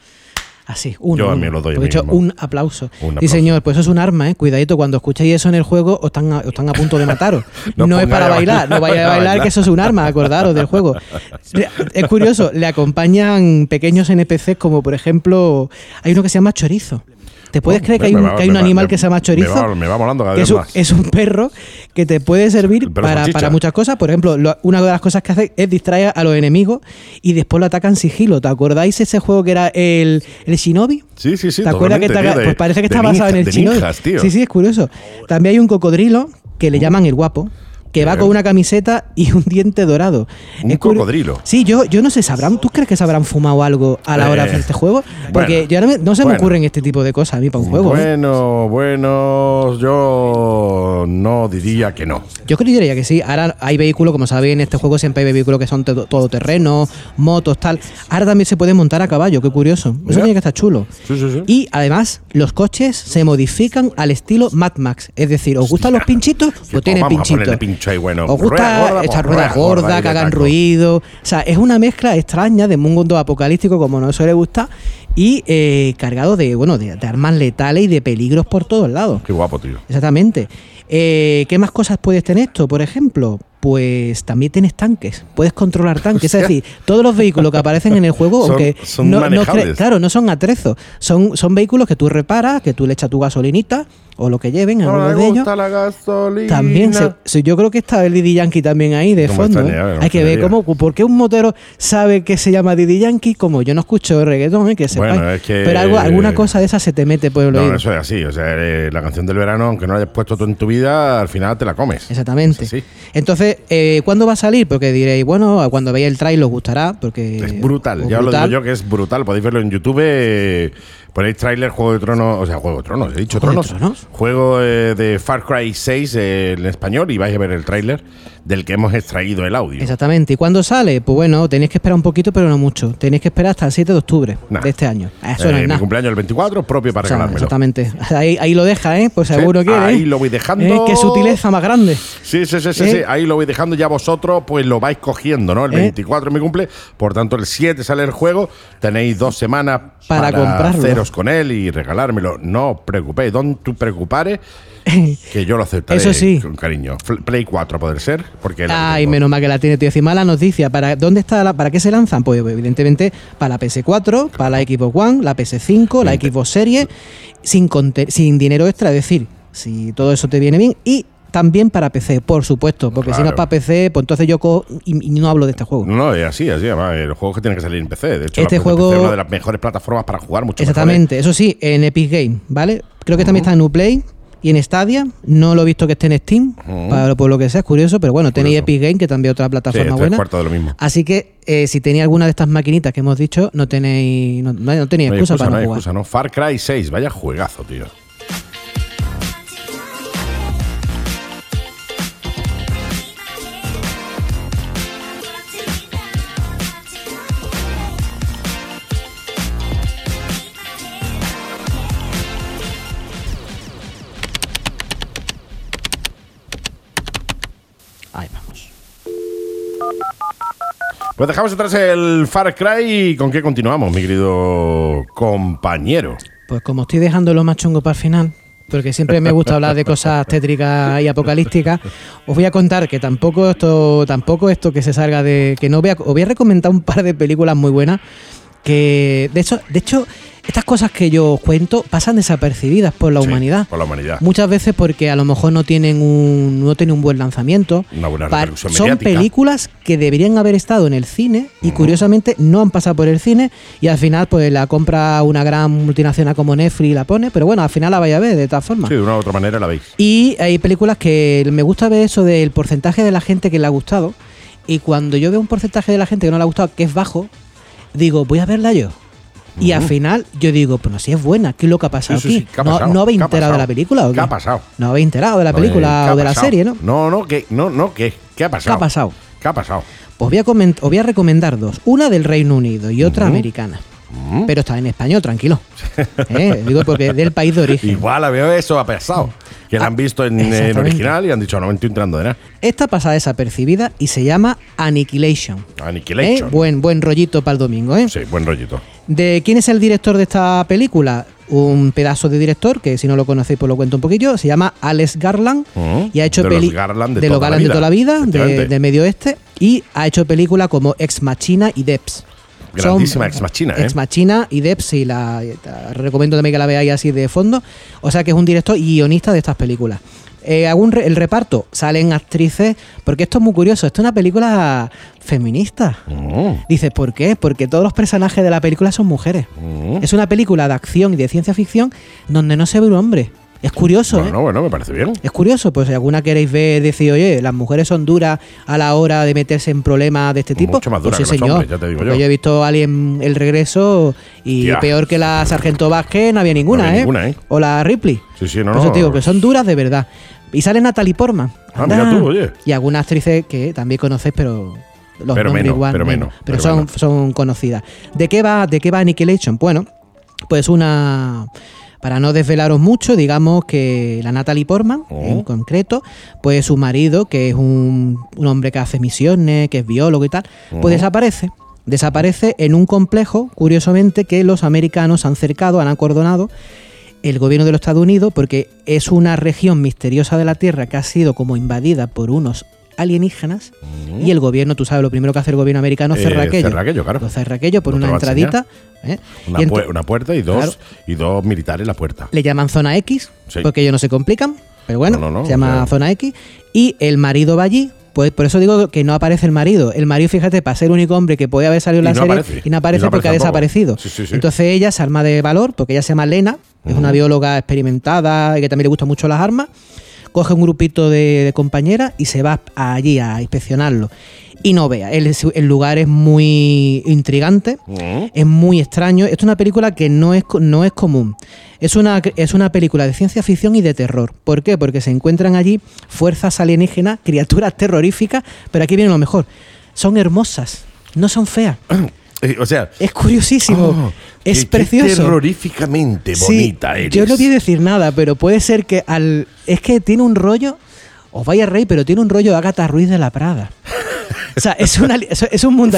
C: Así, uno.
B: Yo
C: uno.
B: me lo doy a
C: Porque
B: mí
C: he hecho
B: mismo.
C: un aplauso.
B: Un
C: Y
B: aplauso.
C: señor, pues eso es un arma, ¿eh? Cuidadito, cuando escuchéis eso en el juego, os están a, os están a punto de mataros.
B: No
C: no es
B: pongáis
C: para
B: a bailar.
C: bailar, no vayáis a bailar, que eso es un arma, acordaros del juego. Es curioso, le acompañan pequeños NPCs como, por ejemplo, hay uno que se llama Chorizo. ¿Te puedes
B: Oh,
C: creer que
B: me-
C: hay un,
B: me va-
C: que hay un
B: me va-
C: animal
B: me-
C: que se llama
B: me
C: Chorizo?
B: va- me va molando cada
C: Que
B: vez
C: es un-
B: más.
C: Es un perro que te puede servir
B: El perro
C: para,
B: salchicha.
C: para muchas cosas. Por ejemplo, lo- una de las cosas que hace es distraer a los enemigos y después lo atacan sigilo. ¿Te acordáis ese juego que era el, el Shinobi?
B: Sí, sí, sí.
C: ¿Te acuerdas
B: totalmente,
C: que te haga-
B: tío, de-
C: Pues parece que
B: de
C: está basado en
B: ninja-
C: el
B: de
C: Shinobi.
B: ninjas, tío.
C: Sí, sí, es curioso. También hay un cocodrilo que le llaman el guapo. Que va
B: Bien.
C: con una camiseta y un diente dorado.
B: Un
C: Es curi-
B: cocodrilo.
C: Sí, yo, yo no sé, ¿sabrán? ¿Tú crees que se habrán fumado algo a la hora de
B: Eh,
C: hacer este juego? Porque
B: bueno,
C: ya no, me- no se me
B: bueno.
C: ocurren este tipo de cosas a mí para un juego. ¿eh?
B: Bueno, bueno, yo no diría que no.
C: Yo creería que sí. Ahora hay vehículos, como sabéis, en este juego siempre hay vehículos que son to- todoterreno, motos, tal. Ahora también se puede montar a caballo, qué curioso. Eso
B: Mira.
C: tiene que estar chulo.
B: Sí, sí, sí.
C: Y además, los coches se modifican al estilo Mad Max. Es decir, ¿os gustan los pinchitos?
B: Sí,
C: Pues tienen
B: vamos a
C: pinchitos.
B: ponerle pincho ahí, bueno.
C: ¿Os
B: Rueda gorda,
C: gusta
B: pues,
C: estas ruedas
B: rueda gorda
C: gordas
B: y
C: que
B: de
C: hagan
B: taco.
C: ruido? O sea, es una mezcla extraña de un mundo apocalíptico como nos suele gustar y eh, cargado de, bueno, de, de armas letales y de peligros por todos lados.
B: Qué guapo, tío.
C: Exactamente. Eh, ¿Qué más cosas puedes tener esto? Por ejemplo, pues también tienes tanques. Puedes controlar tanques. Es decir, todos los vehículos que aparecen en el juego,
B: Son-
C: aunque
B: son
C: no, no cre-
B: manejables.
C: claro, no son atrezos. Son, son vehículos que tú reparas, que tú le echas tu gasolinita o lo que lleven, algunos de ellos.
B: la gasolina.
C: También, se, se- yo creo que está el Didi Yankee también ahí de
B: No me
C: fondo. ¿eh?
B: extrañaría, no me
C: Hay que ver
B: extrañaría.
C: cómo, por qué un motero sabe que se llama Didi Yankee, como yo no escucho reggaetón, ¿eh? que sepáis.
B: Bueno, es que-
C: Pero algo, alguna cosa de esa se te mete por el
B: No,
C: oído.
B: eso es así. O sea, eh, la canción del verano, aunque no la hayas puesto tú en tu vida, al final te la comes.
C: Exactamente.
B: Sí.
C: Entonces, eh, ¿cuándo va a salir? Porque diréis, bueno, cuando veáis el trailer os gustará, porque...
B: Es brutal,
C: Eh, o
B: ya os lo digo
C: brutal.
B: yo que es brutal. Podéis verlo en YouTube. eh, ponéis trailer Juego de Tronos, o sea, Juego de Tronos, he dicho
C: ¿Juego de
B: Tronos.
C: Tronos?
B: Juego eh, de Far Cry 6 eh, en español y vais a ver el trailer del que hemos extraído el audio.
C: Exactamente. ¿Y cuándo sale? Pues bueno, tenéis que esperar un poquito, pero no mucho. Tenéis que esperar hasta el 7 de octubre
B: Nah.
C: de este año. Ah, Eso
B: Eh,
C: no es
B: mi
C: nada.
B: cumpleaños el 24, propio para
C: O sea,
B: regalármelo.
C: exactamente. Ahí, ahí lo deja, ¿eh? Pues
B: Sí,
C: seguro que...
B: ahí lo voy dejando.
C: Qué sutileza más grande.
B: Sí, sí, sí, sí,
C: ¿Eh?
B: sí, ahí lo voy dejando ya vosotros, pues lo vais cogiendo, ¿no? El
C: ¿Eh?
B: 24 es mi cumple, por tanto el 7 sale el juego, tenéis dos semanas
C: Para comprarlo.
B: haceros con él y regalármelo, no os preocupéis, no tú preocupares, que yo lo aceptaré
C: Eso sí.
B: con cariño. Fl- Play 4 a poder ser, porque... la
C: Ay,
B: tengo.
C: menos mal que la tiene, tío. Encima la noticia, ¿para dónde está la, para qué se lanzan? Pues evidentemente para la PS4, para la Xbox One, la PS5, la
B: Inte-
C: Xbox Series, sin, conte- sin dinero extra, es decir, si todo eso te viene bien, y también para PC, por supuesto, porque si no es
B: Claro.
C: para PC, pues entonces yo co- y, y no hablo de este juego.
B: No, no, es así, así, además, el juego que tiene que salir en PC, de hecho,
C: Este
B: la- la
C: juego-
B: PC es una de las mejores plataformas para jugar mucho. mejor, ¿eh?
C: Exactamente, eso sí, en Epic Game, ¿vale? Creo que también está en Uplay y en Stadia. No lo he visto que esté en Steam, para- por lo que sea, es curioso, pero bueno, tenéis
B: Curioso.
C: Epic Game, que también es otra plataforma
B: Sí, tres
C: buena.
B: cuartos de lo mismo.
C: Así que eh, si tenéis alguna de estas maquinitas que hemos dicho, no tenéis, no, no- no tenéis
B: No hay
C: excusa,
B: excusa,
C: para
B: no
C: no,
B: hay
C: jugar.
B: excusa, ¿no? Far Cry 6, vaya juegazo, tío.
C: Ahí vamos.
B: Pues dejamos atrás el Far Cry y con qué continuamos, mi querido compañero.
C: Pues como estoy dejando lo más chungo para el final, porque siempre me gusta hablar de cosas tétricas y apocalípticas. Os voy a contar que tampoco esto, tampoco esto que se salga de. que no voy a, os voy a recomendar un par de películas muy buenas. Que de hecho, de hecho, estas cosas que yo os cuento pasan desapercibidas por la
B: Sí,
C: humanidad.
B: Por la humanidad.
C: Muchas veces porque a lo mejor no tienen un, no tienen un buen lanzamiento.
B: Una buena
C: Par-
B: repercusión
C: Son
B: mediática.
C: películas que deberían haber estado en el cine y curiosamente no han pasado por el cine y al final pues la compra una gran multinacional como Netflix y la pone, pero bueno, al final la vaya a ver de todas formas.
B: Sí, de una u otra manera la veis.
C: Y hay películas que me gusta ver eso del porcentaje de la gente que le ha gustado y cuando yo veo un porcentaje de la gente que no le ha gustado que es bajo, digo, voy a verla yo. Y al final yo digo, pues no, si es buena, ¿qué es lo que ha pasado
B: Sí, sí, sí,
C: aquí?
B: ¿qué ha
C: no,
B: pasado?
C: no habéis
B: ¿Qué ha
C: enterado de la
B: pasado?
C: película. ¿o
B: ¿Qué ha pasado?
C: No habéis enterado de la
B: No, eh,
C: película
B: ¿qué ha
C: o de la
B: pasado?
C: serie, ¿no?
B: No, no, que, no, no, que, ¿qué ha pasado?
C: ¿Qué ha pasado?
B: ¿Qué ha pasado?
C: Os voy a, coment- os voy a recomendar dos. Una del Reino Unido y otra americana. Pero está en español, tranquilo. Eh, Digo porque es del país de origen.
B: Igual a ver, eso ha pasado. Que la
C: Ah,
B: han visto en
C: exactamente.
B: el original y han dicho, no me estoy entrando de nada.
C: Esta pasa desapercibida y se llama Annihilation.
B: Annihilation.
C: Eh, Buen, buen rollito para el domingo. ¿eh?
B: Sí, buen rollito.
C: ¿De quién es el director de esta película? Un pedazo de director que si no lo conocéis pues lo cuento un poquillo. Se llama Alex Garland
B: Ujú.
C: y ha hecho
B: Mm. De
C: peli-
B: los Garland de
C: los
B: toda la
C: Garland de
B: vida,
C: toda la vida, de-
B: efectivamente.
C: del Medio Oeste y ha hecho películas como Ex Machina y Debs.
B: Grandísima Ex Machina, ¿eh?
C: Ex Machina y Debs y la te recomiendo también que la veáis así de fondo. O sea que es un director y guionista de estas películas. Eh, hago un re- el reparto, salen actrices, porque esto es muy curioso, esto es una película feminista.
B: Mm,
C: Dices, ¿por qué? Porque todos los personajes de la película son mujeres.
B: mm.
C: Es una película de acción y de ciencia ficción donde no se ve un hombre. Es curioso,
B: Bueno,
C: ¿eh?
B: bueno, me parece bien.
C: Es curioso, pues si alguna queréis ver, decir, oye, las mujeres son duras a la hora de meterse en problemas de este tipo.
B: Mucho más duras
C: Pues
B: que los hombres, ya te digo
C: porque
B: yo.
C: he visto Alien El Regreso y
B: Tía.
C: peor que la Sargento Vázquez no había ninguna,
B: había
C: ¿eh?
B: ninguna, ¿eh?
C: O la Ripley.
B: Sí, sí, no,
C: Por eso
B: no.
C: te digo que son duras de verdad. Y sale Natalie Portman.
B: Ah, mira
C: Anda.
B: tú, oye.
C: Y algunas actrices que también conocéis, pero
B: Pero
C: los nombres
B: menos,
C: igual
B: pero
C: menos,
B: menos,
C: pero
B: pero
C: son,
B: menos.
C: son conocidas. ¿De qué va, de qué va Annihilation? Bueno, pues una para no desvelaros mucho, digamos que la Natalie Portman,
B: Oh.
C: en concreto, pues su marido, que es un, un hombre que hace misiones, que es biólogo y tal,
B: Oh.
C: pues desaparece. Desaparece en un complejo, curiosamente, que los americanos han cercado, han acordonado el gobierno de los Estados Unidos, porque es una región misteriosa de la Tierra que ha sido como invadida por unos alienígenas. Y el gobierno, tú sabes, lo primero que hace el gobierno americano es
B: Eh,
C: cerrar aquello.
B: cerrar aquello, claro.
C: Lo cerra aquello por
B: No te
C: una
B: lo va a enseñar.
C: entradita. ¿eh?
B: Una,
C: Y ento-
B: pue- una puerta y dos,
C: Claro.
B: y dos militares en la puerta.
C: le llaman zona X,
B: Sí.
C: porque ellos no se complican, pero bueno,
B: No, no, no,
C: se llama
B: o sea-
C: zona X. Y el marido va allí, pues por eso digo que no aparece el marido. El marido, fíjate, para ser único hombre que podía haber salido en
B: Y
C: la
B: no
C: serie
B: aparece.
C: y no aparece
B: Y no
C: porque ha
B: aparece
C: desaparecido.
B: tampoco. Sí, sí, sí.
C: Entonces ella se arma de valor, porque ella se llama Lena, es una bióloga experimentada y que también le gustan mucho las armas. Coge un grupito de, de compañeras y se va allí a inspeccionarlo. Y no vea, el, el lugar es muy intrigante.
B: Mm.
C: Es muy extraño. Esto es una película que no es, co- no es común. Es una, es una película de ciencia ficción y de terror. ¿Por qué? Porque se encuentran allí fuerzas alienígenas, criaturas terroríficas, pero aquí viene lo mejor. Son hermosas, no son feas.
B: Eh, O sea,
C: Es curiosísimo.
B: oh,
C: es
B: qué- qué
C: precioso.
B: terroríficamente
C: Sí,
B: bonita eres.
C: Yo no voy a decir nada, pero puede ser que al. Es que tiene un rollo. Os vaya a reír, pero tiene un rollo Agatha Ruiz de la Prada. O sea, es, una ali- es- es un mundo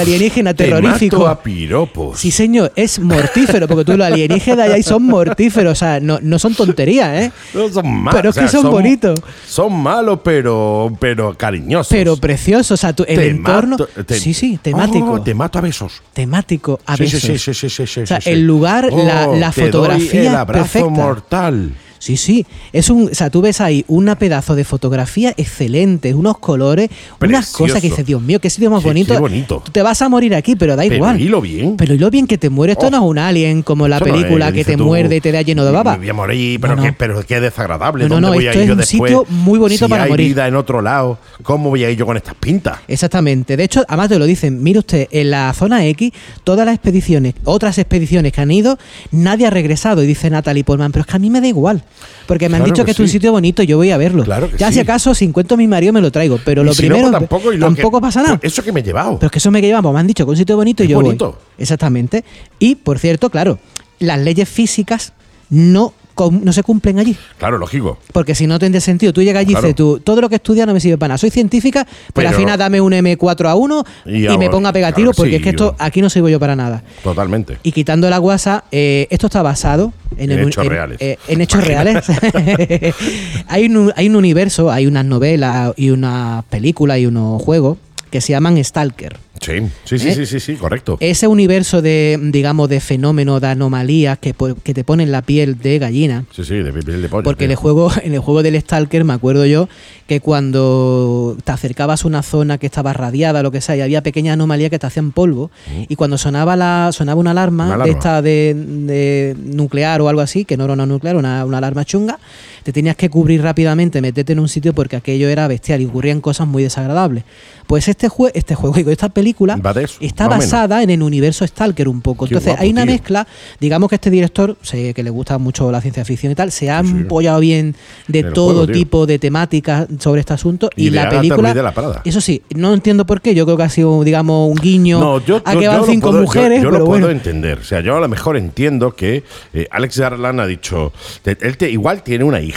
C: alienígena
B: Te
C: terrorífico.
B: mato a piropos.
C: Sí, señor, es mortífero, porque tú los alienígenas de ahí son mortíferos, o sea, no, no son tonterías, ¿eh?
B: No son malos.
C: Pero es que son bonitos.
B: Son malos, pero, pero cariñosos.
C: Pero precioso, o sea, tú- el
B: Te
C: entorno.
B: mato- te-
C: sí, sí,
B: Oh,
C: temático.
B: te mato a besos.
C: temático, a
B: Sí,
C: veces.
B: Sí, sí, sí, sí, sí,
C: O sea,
B: sí, sí.
C: el lugar, la,
B: Oh,
C: la
B: te doy
C: fotografía.
B: el abrazo
C: perfecta.
B: mortal.
C: Sí, sí. Es un, o sea, tú ves ahí una pedazo de fotografía excelente, unos colores, unas
B: Precioso.
C: cosas que dices, Dios mío, qué sitio más
B: Qué- qué
C: bonito.
B: bonito.
C: Tú te vas a morir aquí, pero da
B: Pero
C: igual.
B: hilo bien.
C: Pero y lo bien que te muere, esto
B: Oh.
C: no es un alien como la
B: Eso no
C: película
B: es,
C: que
B: dice
C: te
B: tú,
C: muerde y te da lleno de baba.
B: Me voy a morir, pero,
C: No,
B: Qué,
C: no.
B: pero qué desagradable.
C: No, no,
B: ¿Dónde
C: no,
B: voy a
C: esto
B: ir
C: es
B: yo
C: un
B: después?
C: sitio muy bonito
B: Si
C: para
B: hay
C: morir.
B: vida en otro lado, ¿cómo voy a ir yo con estas pintas?
C: Exactamente. De hecho, además te lo dicen. Mire usted, en la zona X, todas las expediciones, otras expediciones que han ido, nadie ha regresado. Y dice Natalie Portman, pero es que a mí me da igual. Porque me han
B: Claro
C: dicho que,
B: que
C: es un
B: sí.
C: sitio bonito y yo voy a verlo.
B: Claro que
C: ya si
B: sí.
C: acaso, si encuentro a mi marido, me lo traigo. Pero
B: Y
C: lo
B: si no,
C: primero.
B: pues tampoco, y lo
C: tampoco
B: que- pues
C: pasa nada.
B: Eso que me he llevado.
C: Pero es que eso me que llevamos, me han dicho que un sitio bonito y
B: Es
C: yo
B: bonito.
C: voy. Exactamente. Y por cierto, claro, las leyes físicas no com- no se cumplen allí.
B: Claro, lógico.
C: Porque si no tendría sentido, tú llegas allí y
B: Claro.
C: dices tú, todo lo que estudia no me sirve para nada. Soy científica, pero,
B: Pero-
C: al final dame un M4A1
B: Y
C: y,
B: ahora-
C: me ponga a pegar
B: claro,
C: tiros porque
B: sí,
C: es que esto
B: yo-
C: aquí no sirvo yo para nada.
B: Totalmente.
C: Y quitando la guasa, eh, esto está basado en,
B: En
C: el-
B: hechos reales.
C: eh, en hechos reales. hay, un, hay un universo, hay unas novelas y unas películas y unos juegos que se llaman Stalker.
B: Sí, sí, sí,
C: ¿Eh?
B: sí, sí, sí, correcto.
C: Ese universo de, digamos, de fenómenos, de anomalías que, po- que te ponen la piel de gallina.
B: Sí, sí, de piel de pollo.
C: Porque
B: tío.
C: en el, juego, en el juego del Stalker me acuerdo yo que cuando te acercabas a una zona que estaba radiada, lo que sea, y había pequeñas anomalías que te hacían polvo, y cuando sonaba la sonaba una alarma,
B: Mm. Una
C: de
B: alarma.
C: esta de, de nuclear o algo así, que no era una nuclear, una, una alarma chunga, te tenías que cubrir rápidamente, meterte en un sitio porque aquello era bestial y ocurrían cosas muy desagradables. Pues este, jue- este juego, digo, esta película
B: Va de eso,
C: está
B: más o menos.
C: basada basada en el universo Stalker un poco.
B: Qué
C: Entonces
B: guapo,
C: hay una
B: tío.
C: mezcla, digamos que este director, sé que le gusta mucho la ciencia ficción y tal, se ha empollado bien de
B: En el
C: todo
B: juego, tío.
C: tipo de temáticas sobre este asunto
B: Y
C: y,
B: de
C: la
B: Agatha
C: película...
B: Ruiz de la Prada.
C: Eso sí, no entiendo por qué, yo creo que ha sido, digamos, un guiño a que van
B: lo
C: cinco
B: puedo- yo-
C: mujeres,
B: Yo,
C: pero
B: lo puedo ¿eh?
C: bueno.
B: entender. O sea, yo a lo mejor entiendo que eh, Alex Garland ha dicho. te- Él te, igual tiene una hija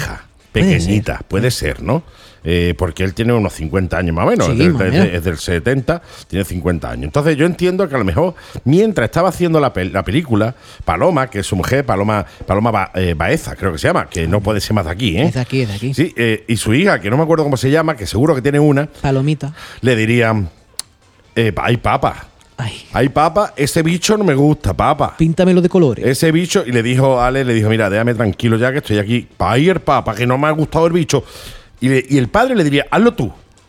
C: Puede
B: pequeñita, puede ser, ¿no? Eh, porque él tiene unos 50 años más o menos,
C: Sí,
B: es, del,
C: más o
B: es
C: menos.
B: de- es del 70, tiene 50 años. Entonces yo entiendo que a lo mejor mientras estaba haciendo la, pel- la película, Paloma, que es su mujer, Paloma Paloma Ba- eh, Baeza, creo que se llama, que no puede ser más de aquí, ¿eh?
C: Es de aquí, es de aquí.
B: Sí, eh, y su hija, que no me acuerdo cómo se llama, que seguro que tiene una,
C: Palomita.
B: le dirían, eh, hay papa,
C: Ay,
B: hay papa, ese bicho no me gusta, papa.
C: píntamelo de colores.
B: Ese bicho, y le dijo a Ale, le dijo, mira, déjame tranquilo ya que estoy aquí, para ir papa, que no me ha gustado el bicho. Y, le- y el padre le diría, hazlo tú.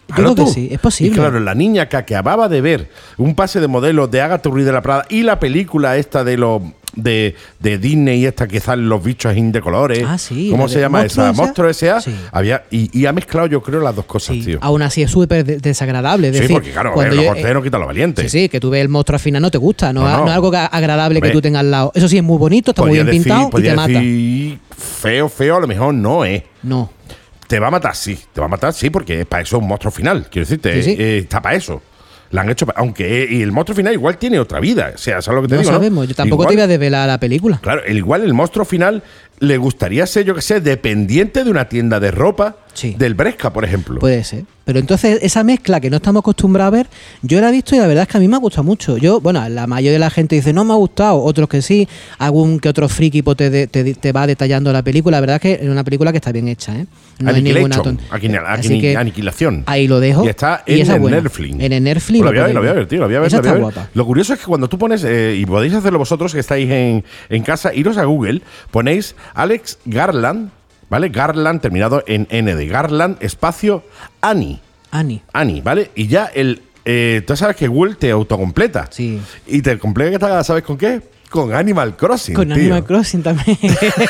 C: Yo
B: hazlo
C: creo que
B: tú".
C: sí, es posible.
B: Y claro, la niña que acababa de ver un pase de modelo de Agatha Ruiz de la Prada y la película esta de los de, de Disney y esta que salen los bichos así de colores.
C: Ah, sí,
B: ¿Cómo
C: la de
B: se llama
C: Monstruo
B: esa?
C: S.A..
B: Monstruo S.A.
C: Sí.
B: Había, y, y ha mezclado, yo creo, las dos cosas,
C: Sí,
B: tío.
C: aún así es súper de- desagradable. es
B: Sí,
C: decir,
B: porque claro, a
C: cuando
B: ver, lo
C: yo- eh,
B: cortés no quita lo valiente.
C: Sí, sí, que tú ves el monstruo al final no te gusta, no,
B: No,
C: ha-
B: no.
C: no es algo que- agradable
B: Hombre.
C: que tú tengas al lado. Eso sí, es muy bonito, está muy
B: Podía
C: bien
B: decir-
C: pintado y
B: podía
C: te mata.
B: decir, Feo, feo, a lo mejor no es.
C: No.
B: Te va a matar, sí. Te va a matar, sí, porque para eso es un monstruo final. Quiero decirte,
C: Sí, sí.
B: eh, está para eso. La han hecho, pa- aunque eh, y el monstruo final igual tiene otra vida. O sea, ¿sabes lo que te
C: No
B: digo?
C: sabemos, yo tampoco te
B: Igual-
C: iba a desvelar la película.
B: Claro, el, igual el monstruo final le gustaría ser, yo que sé, dependiente de una tienda de ropa
C: Sí.
B: del Bresca, por ejemplo.
C: Puede ser. Pero entonces esa mezcla que no estamos acostumbrados a ver, yo la he visto y la verdad es que a mí me ha gustado mucho. Yo, bueno, la mayoría de la gente dice no me ha gustado, otros que sí, algún que otro friki pues, te, de- te- te va detallando la película. La verdad es que es una película que está bien hecha, ¿eh? No hay ninguna
B: Annihilation,
C: ton-
B: Aquini-
C: Así
B: aquini-
C: que
B: aniquilación.
C: Ahí lo dejo.
B: Y está
C: Y
B: en
C: esa es
B: el
C: buena.
B: Netflix.
C: En el Netflix
B: Lo
C: lo
B: voy a ver, lo voy a
C: podéis
B: ver, tío. Lo voy a ver.
C: Esa
B: lo voy a
C: está
B: ver.
C: guapa.
B: Lo curioso es que cuando tú pones, eh, y podéis hacerlo vosotros que estáis en, en casa, iros a Google, ponéis Alex Garland, ¿vale? Garland terminado en N de Garland, espacio Annie.
C: Annie.
B: Ani, ¿vale? Y ya el. eh, tú sabes que Google te autocompleta.
C: Sí.
B: Y te completa, ¿sabes con qué? Con Animal Crossing.
C: Con
B: tío.
C: Animal Crossing también.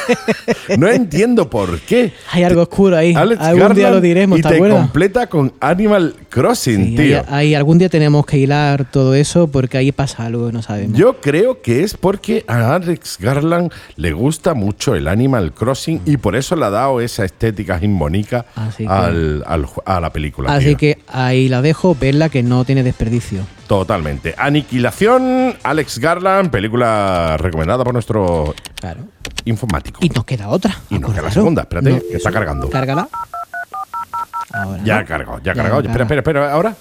B: No entiendo por qué.
C: Hay algo oscuro ahí.
B: Alex
C: Algún día
B: Garland
C: lo diremos,
B: y
C: ¿te
B: te
C: acuerdas?
B: completa con Animal Crossing,
C: Sí,
B: tío.
C: ahí- ahí algún día tenemos que hilar todo eso porque ahí pasa algo que no sabemos.
B: Yo creo que es porque a Alex Garland le gusta mucho el Animal Crossing y por eso le ha dado esa estética inmonica
C: Así que-
B: al, al ju- a la película.
C: Así
B: tío.
C: que ahí la dejo, verla que no tiene desperdicio.
B: Totalmente. Aniquilación, Alex Garland, película recomendada por nuestro
C: Claro.
B: informático.
C: Y nos queda otra.
B: Y nos queda la
C: acordaros.
B: segunda, espérate,
C: No,
B: que está cargando.
C: Cárgala. Ahora.
B: ya ha
C: ¿no?
B: cargado, ya ha cargado.
C: carga.
B: Espera, espera, espera, ahora.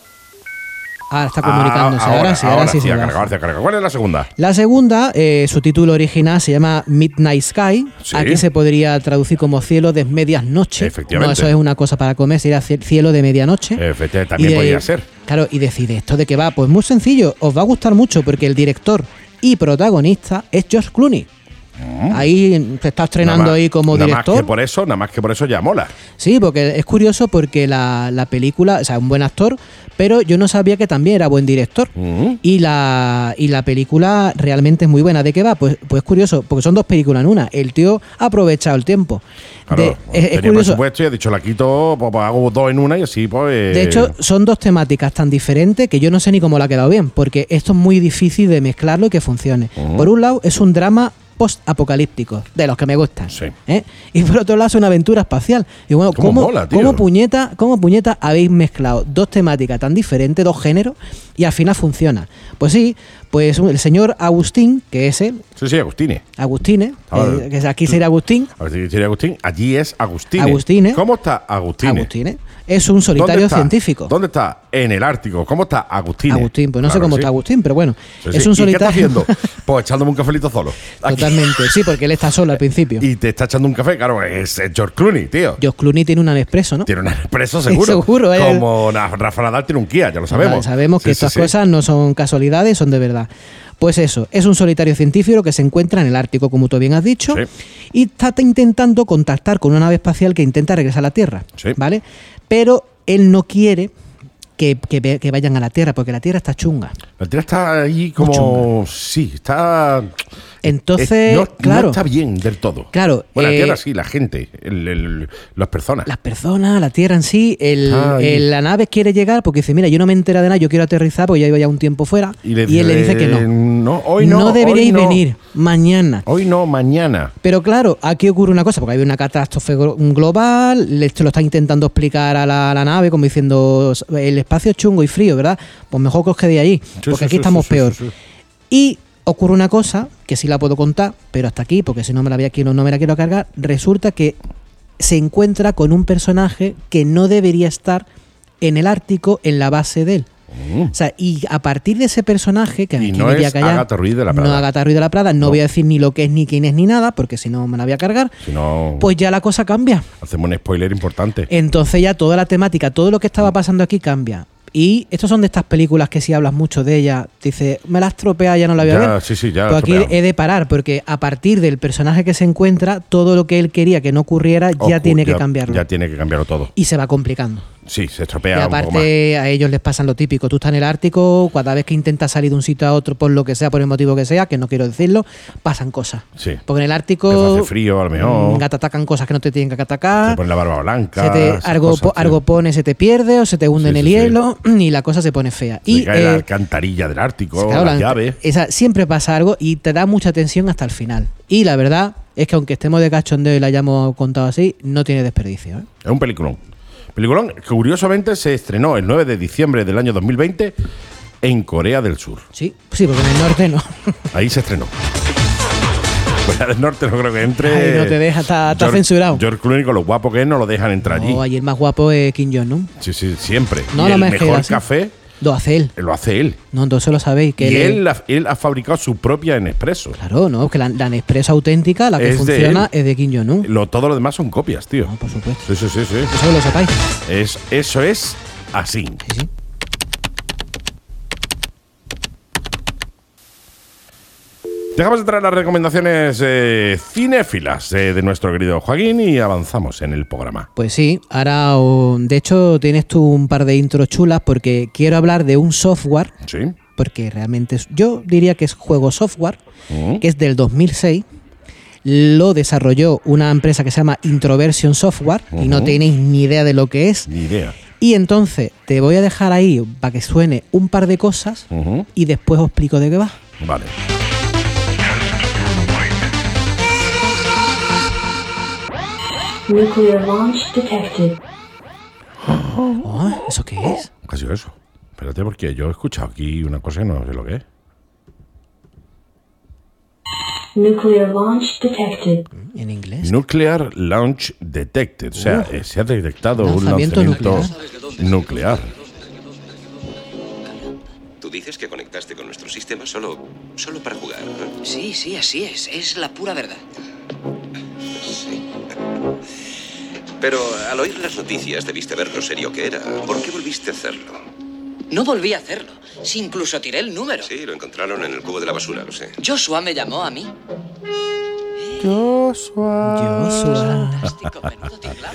C: Ahora está comunicándose.
B: Ah,
C: ahora, sí, ahora, sí. se
B: ha
C: lo
B: cargado,
C: hace.
B: ahora sí ha cargado. ¿Cuál es la segunda?
C: La segunda, eh, su título original se llama Midnight Sky.
B: Sí.
C: Aquí se podría traducir como cielo de medias noches.
B: Efectivamente.
C: No, eso es una cosa para comer, sería cie- cielo de medianoche.
B: Efectivamente, también
C: ¿Eh? Y de-
B: podría ser.
C: Claro, y decide esto de qué va. Pues muy sencillo, os va a gustar mucho porque el director y protagonista es George Clooney. Ahí se está estrenando
B: Ah. Nada más-
C: ahí como
B: nada Más
C: director.
B: que por eso, nada más que por eso ya mola.
C: Sí, porque es curioso porque la, la película, o sea, un buen actor, pero yo no sabía que también era buen director.
B: Ujú.
C: Y la, y la película realmente es muy buena. ¿De qué va? Pues, pues curioso, porque son dos películas en una. El tío ha aprovechado el tiempo.
B: Claro,
C: De-
B: bueno,
C: es- es,
B: tenía
C: curioso.
B: presupuesto y ha dicho, la quito, pues, pues, hago dos en una y así, pues. eh,
C: De hecho, son dos temáticas tan diferentes que yo no sé ni cómo la ha quedado bien, porque esto es muy difícil de mezclarlo y que funcione. Por un lado, es un drama post-apocalíptico, de los que me gustan.
B: Sí.
C: ¿eh? Y por otro lado, es una aventura espacial. Y bueno,
B: ¿Cómo
C: ¿cómo,
B: mola, tío?
C: cómo puñeta, cómo puñeta habéis mezclado dos temáticas tan diferentes, dos géneros, y al final funciona? Pues sí, Pues un- el señor Agustín, que es él,
B: Sí, sí, Agustine.
C: Agustine,
B: Ah,
C: eh, que aquí será Agustín,
B: A ver si dice Agustín. Allí es Agustine.
C: Agustine.
B: ¿Cómo está Agustine?
C: Agustine, es un
B: ¿Dónde
C: solitario
B: está?
C: científico.
B: ¿Dónde está? En el Ártico. ¿Cómo está Agustine?
C: Agustín, pues no sé
B: Claro
C: cómo
B: que
C: está
B: sí.
C: Agustín, pero bueno,
B: Sí,
C: es
B: sí.
C: un
B: ¿Y
C: solitario.
B: ¿Qué está haciendo? Pues echándome un cafelito solo. Aquí.
C: Totalmente, sí, porque él está solo al principio.
B: Y te está echando un café, claro, es es George Clooney, tío.
C: George Clooney tiene una Nespresso, ¿no?
B: Tiene un expreso seguro.
C: Seguro, eh.
B: Como Na- Rafa Nadal tiene un Kia, ya lo sabemos.
C: Vale, sabemos que
B: Sí, sí,
C: estas
B: sí.
C: cosas no son casualidades, son de verdad. Pues eso, es un solitario científico que se encuentra en el Ártico, como tú bien has dicho,
B: Sí.
C: y está t- intentando contactar con una nave espacial que intenta regresar a la Tierra,
B: Sí.
C: ¿vale? Pero él no quiere que, que ve- que vayan a la Tierra, porque la Tierra está chunga.
B: La tía está ahí como. Sí, está.
C: Entonces,
B: eh, no, no
C: claro,
B: está bien del todo.
C: Claro,
B: Bueno, la
C: eh,
B: tierra sí, la gente, el- el- las personas.
C: las personas, la Tierra en sí, el-
B: Ay.
C: el- la nave quiere llegar porque dice, mira, yo no me entera de nada, yo quiero aterrizar porque ya iba ya un tiempo fuera, y, él le dice que
B: eh,
C: no.
B: hoy no. hoy
C: deberéis
B: no,
C: venir mañana.
B: Hoy no, mañana.
C: Pero claro, aquí ocurre una cosa, porque hay una catástrofe glo- global, esto lo está intentando explicar a la, a la nave, como diciendo, el espacio es chungo y frío, ¿verdad? Pues mejor que os quedéis ahí, porque
B: sí,
C: aquí
B: sí,
C: estamos
B: sí, sí,
C: peor.
B: sí, sí.
C: Y ocurre una cosa, que sí la puedo contar, pero hasta aquí, porque si no me la, voy a- no, no me la quiero cargar, resulta que se encuentra con un personaje que no debería estar en el Ártico, en la base de él. O sea, y a partir de ese personaje, que
B: Mm. Y
C: aquí
B: no
C: me voy a
B: es
C: callar,
B: Agatha Ruiz de la
C: No
B: Prada.
C: Agatha Ruiz de la Prada, no,
B: No. Mm.
C: voy a decir ni lo que es, ni quién es, ni nada, porque si no me la voy a cargar,
B: Si no,
C: pues Eh, ya la cosa cambia.
B: hacemos un spoiler importante.
C: Entonces ya toda la temática, todo lo que
B: Mm.
C: estaba pasando aquí cambia. Y estos son de estas películas que si hablas mucho de ella, dices, me las estropea, ya no la voy a
B: Ya,
C: ver.
B: sí, sí, ya la
C: Pues aquí
B: estropearon.
C: he de parar, porque a partir del personaje que se encuentra, todo lo que él quería que no ocurriera, ya
B: Ojo,
C: tiene que cambiarlo.
B: Ya tiene que cambiarlo todo.
C: y se va complicando.
B: Sí, se
C: Y
B: estropea un poco más.
C: aparte a ellos les pasan lo típico. Tú estás en el Ártico, cada vez que intentas salir de un sitio a otro por lo que sea, por el motivo que sea, que no quiero decirlo, pasan cosas.
B: Sí.
C: Porque en el
B: Empieza a
C: Ártico...
B: hacer frío, a lo mejor.
C: mm, te atacan cosas que no te tienen que
B: Se
C: atacar.
B: pone la barba blanca.
C: Se te,
B: esas
C: algo,
B: cosas,
C: po-
B: sí.
C: algo pone, se te pierde o se te
B: Sí,
C: hunde en el
B: sí, sí.
C: hielo y la cosa se pone fea.
B: Se
C: y
B: cae
C: eh,
B: la alcantarilla del Ártico,
C: claro,
B: las
C: la-
B: llaves.
C: esa- siempre pasa algo y te da mucha tensión hasta el final. Y la verdad es que aunque estemos de cachondeo y la hayamos contado así, no tiene desperdicio. ¿eh?
B: Es un peliculón. Peliculón que curiosamente se estrenó el 9 de diciembre del año 2020 en Corea del Sur.
C: Sí, sí, porque en el norte no.
B: Ahí se estrenó. Corea del Norte no creo que entre.
C: Ay, no te deja, está- está
B: George-
C: censurado.
B: George Clooney con lo guapo que es no lo dejan entrar
C: No,
B: allí.
C: ahí el más guapo es Kim Jong, ¿no?
B: Sí, sí, siempre.
C: No,
B: y
C: no
B: el
C: me
B: mejor
C: jodas, ¿eh?
B: café
C: Lo hace él.
B: lo hace él.
C: No, entonces lo sabéis. Que
B: Y él, ha- él ha fabricado su propia en expreso.
C: Claro, no, que la, la Nespresso auténtica, la que
B: Es de
C: funciona,
B: él.
C: es de Kim Jong-un.
B: Lo, todo lo demás son copias, tío.
C: No, por supuesto.
B: Sí, sí, sí, sí.
C: Eso que lo sepáis.
B: Es, eso es así.
C: Sí, sí.
B: Dejamos entrar las recomendaciones eh, cinéfilas eh, de nuestro querido Joaquín y avanzamos en el programa.
C: Pues sí, ahora o- de hecho tienes tú un par de intros chulas porque quiero hablar de un software,
B: ¿Sí?
C: porque realmente es- yo diría que es juego software,
B: Mm.
C: que es del 2006. Lo desarrolló una empresa que se llama Introversion Software y no
B: Ujú.
C: tenéis ni idea de lo que es.
B: Ni idea.
C: Y entonces te voy a dejar ahí para que suene un par de cosas
B: Ujú.
C: y después os explico de qué va.
B: Vale.
G: Nuclear launch detected.
C: Oh, ¿Eso qué es?
B: Casi eso. Espérate, porque yo he escuchado aquí una cosa que no sé lo que es.
G: Nuclear launch detected.
C: En inglés.
B: Nuclear Launch Detected. O sea, eh, se ha detectado un
C: Lanzamiento
B: lanzamiento nuclear.
H: Tú dices que conectaste con nuestro sistema solo, solo para jugar, ¿no?
I: Sí, sí, así es. Es la pura verdad.
H: Sí. Pero al oír las noticias debiste ver lo serio que era. ¿Por qué volviste a hacerlo?
I: No volví a hacerlo. Si incluso tiré el número.
H: Sí, lo encontraron en el cubo de la basura, lo sé.
I: Joshua me llamó a mí.
C: Joshua.
I: Plástico, menudo tinglado.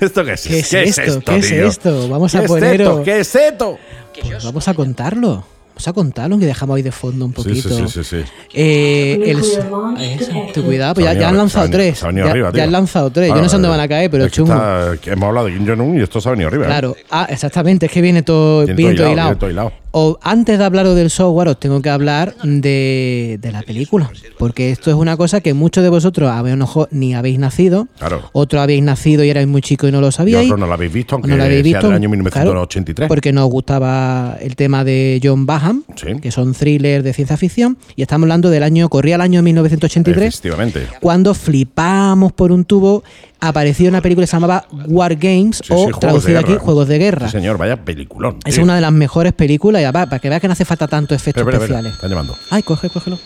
B: ¿Esto qué es?
C: ¿Qué es esto? ¿Qué es
B: tío?
C: esto? Vamos a
B: ¿Qué es
C: poner-
B: esto? ¿Qué es esto?
I: Que
C: Pues
I: Joshua-
C: vamos a contarlo. Vamos a contarlo, que dejamos ahí de fondo un
B: Sí,
C: poquito.
B: sí, sí, sí, sí.
C: Eh, el,
G: Nuclear
C: eso,
G: launch
C: tú cuidado, pues
B: Se
C: ya,
B: ha venido
C: ya han
B: arri-
C: lanzado
B: se ha venido-
C: tres.
B: se ha venido
C: ya,
B: arriba,
C: ya
B: tío.
C: han lanzado tres.
B: Claro,
C: Yo no sé dónde
B: eh,
C: van a caer, pero
B: es que
C: chungo.
B: está- que hemos hablado de Kim Jong-un y esto se ha venido arriba. ¿eh?
C: Claro, ah, exactamente, es que viene todo
B: Viene
C: viene
B: todo
C: todo
B: hilado,
C: hilado.
B: viene todo hilado.
C: O antes de hablaros del software, os tengo que hablar de, de la película, porque esto es una cosa que muchos de vosotros a lo mejor ni habéis nacido,
B: Claro.
C: otros habéis nacido y erais muy chicos y no lo
B: Y
C: sabíais.
B: otro no lo habéis visto,
C: o
B: aunque
C: no lo habéis
B: sea
C: visto
B: del año
C: claro,
B: 1983.
C: porque no os gustaba el tema de John Baja Graham,
B: Sí.
C: que son thrillers de ciencia ficción, y estamos hablando del año, corría el año 1983,
B: Efectivamente.
C: cuando flipamos por un tubo, apareció una película que se llamaba War Games,
B: Sí, sí,
C: o
B: Juegos de
C: traducida aquí
B: Guerra.
C: Juegos de Guerra.
B: Sí, señor, vaya peliculón.
C: es
B: tío.
C: una de las mejores películas, y apa- para que veas que no hace falta tanto efectos
B: Espera, espera, espera,
C: especiales.
B: Están llamando.
C: Ay, coge, cógelo.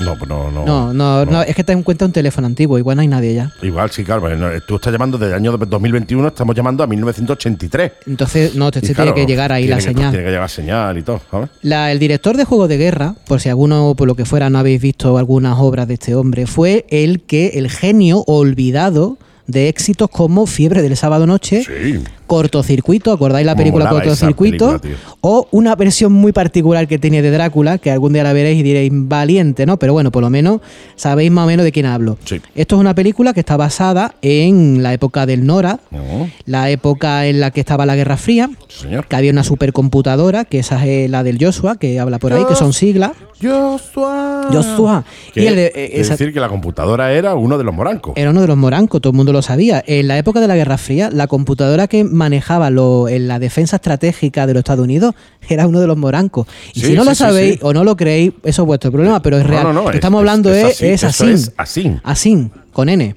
B: No, pues no, no.
C: No, no, no, es que te das cuenta un teléfono antiguo, igual no hay nadie ya.
B: Igual, sí, claro. bueno, Tú estás llamando desde el año 2021, estamos llamando a 1983.
C: Entonces, no, te,
B: Y
C: te
B: claro,
C: tiene que llegar ahí
B: tiene
C: la
B: que- pues,
C: señal.
B: Tiene que llegar señal y todo, ¿sabes?
C: La- el director de Juegos de Guerra, por si alguno, por lo que fuera, no habéis visto algunas obras de este hombre, fue el que, el genio olvidado de éxitos como Fiebre del Sábado Noche,
B: Sí.
C: Cortocircuito, ¿acordáis la
B: Me
C: película
B: molaba esa
C: Cortocircuito?
B: película, tío.
C: o una versión muy particular que tiene de Drácula, que algún día la veréis y diréis valiente, ¿no? Pero bueno, por lo menos sabéis más o menos de quién hablo.
B: Sí.
C: Esto es una película que está basada en la época del Nora,
B: No,
C: la época en la que estaba la Guerra Fría,
B: sí, señor.
C: que había una supercomputadora, que esa es eh, la del Joshua, que habla por ahí, que son siglas.
B: Joshua.
C: Joshua.
B: Que-
C: Y el de- eh,
B: es
C: esa- Eh,
B: decir, que la computadora era uno de los morancos.
C: era uno de los morancos, todo el mundo lo sabía. En la época de la Guerra Fría, la computadora que manejaba lo- en la defensa estratégica de los Estados Unidos era uno de los morancos. Y
B: Sí,
C: si no
B: sí,
C: lo
B: sí,
C: sabéis
B: sí.
C: o no lo creéis, eso es vuestro problema, pero es
B: No,
C: real.
B: no, no,
C: Lo que
B: es-
C: estamos
B: es-
C: hablando
B: es
C: es,
B: así,
C: es
B: eso
C: así.
B: es así.
C: Así, con N.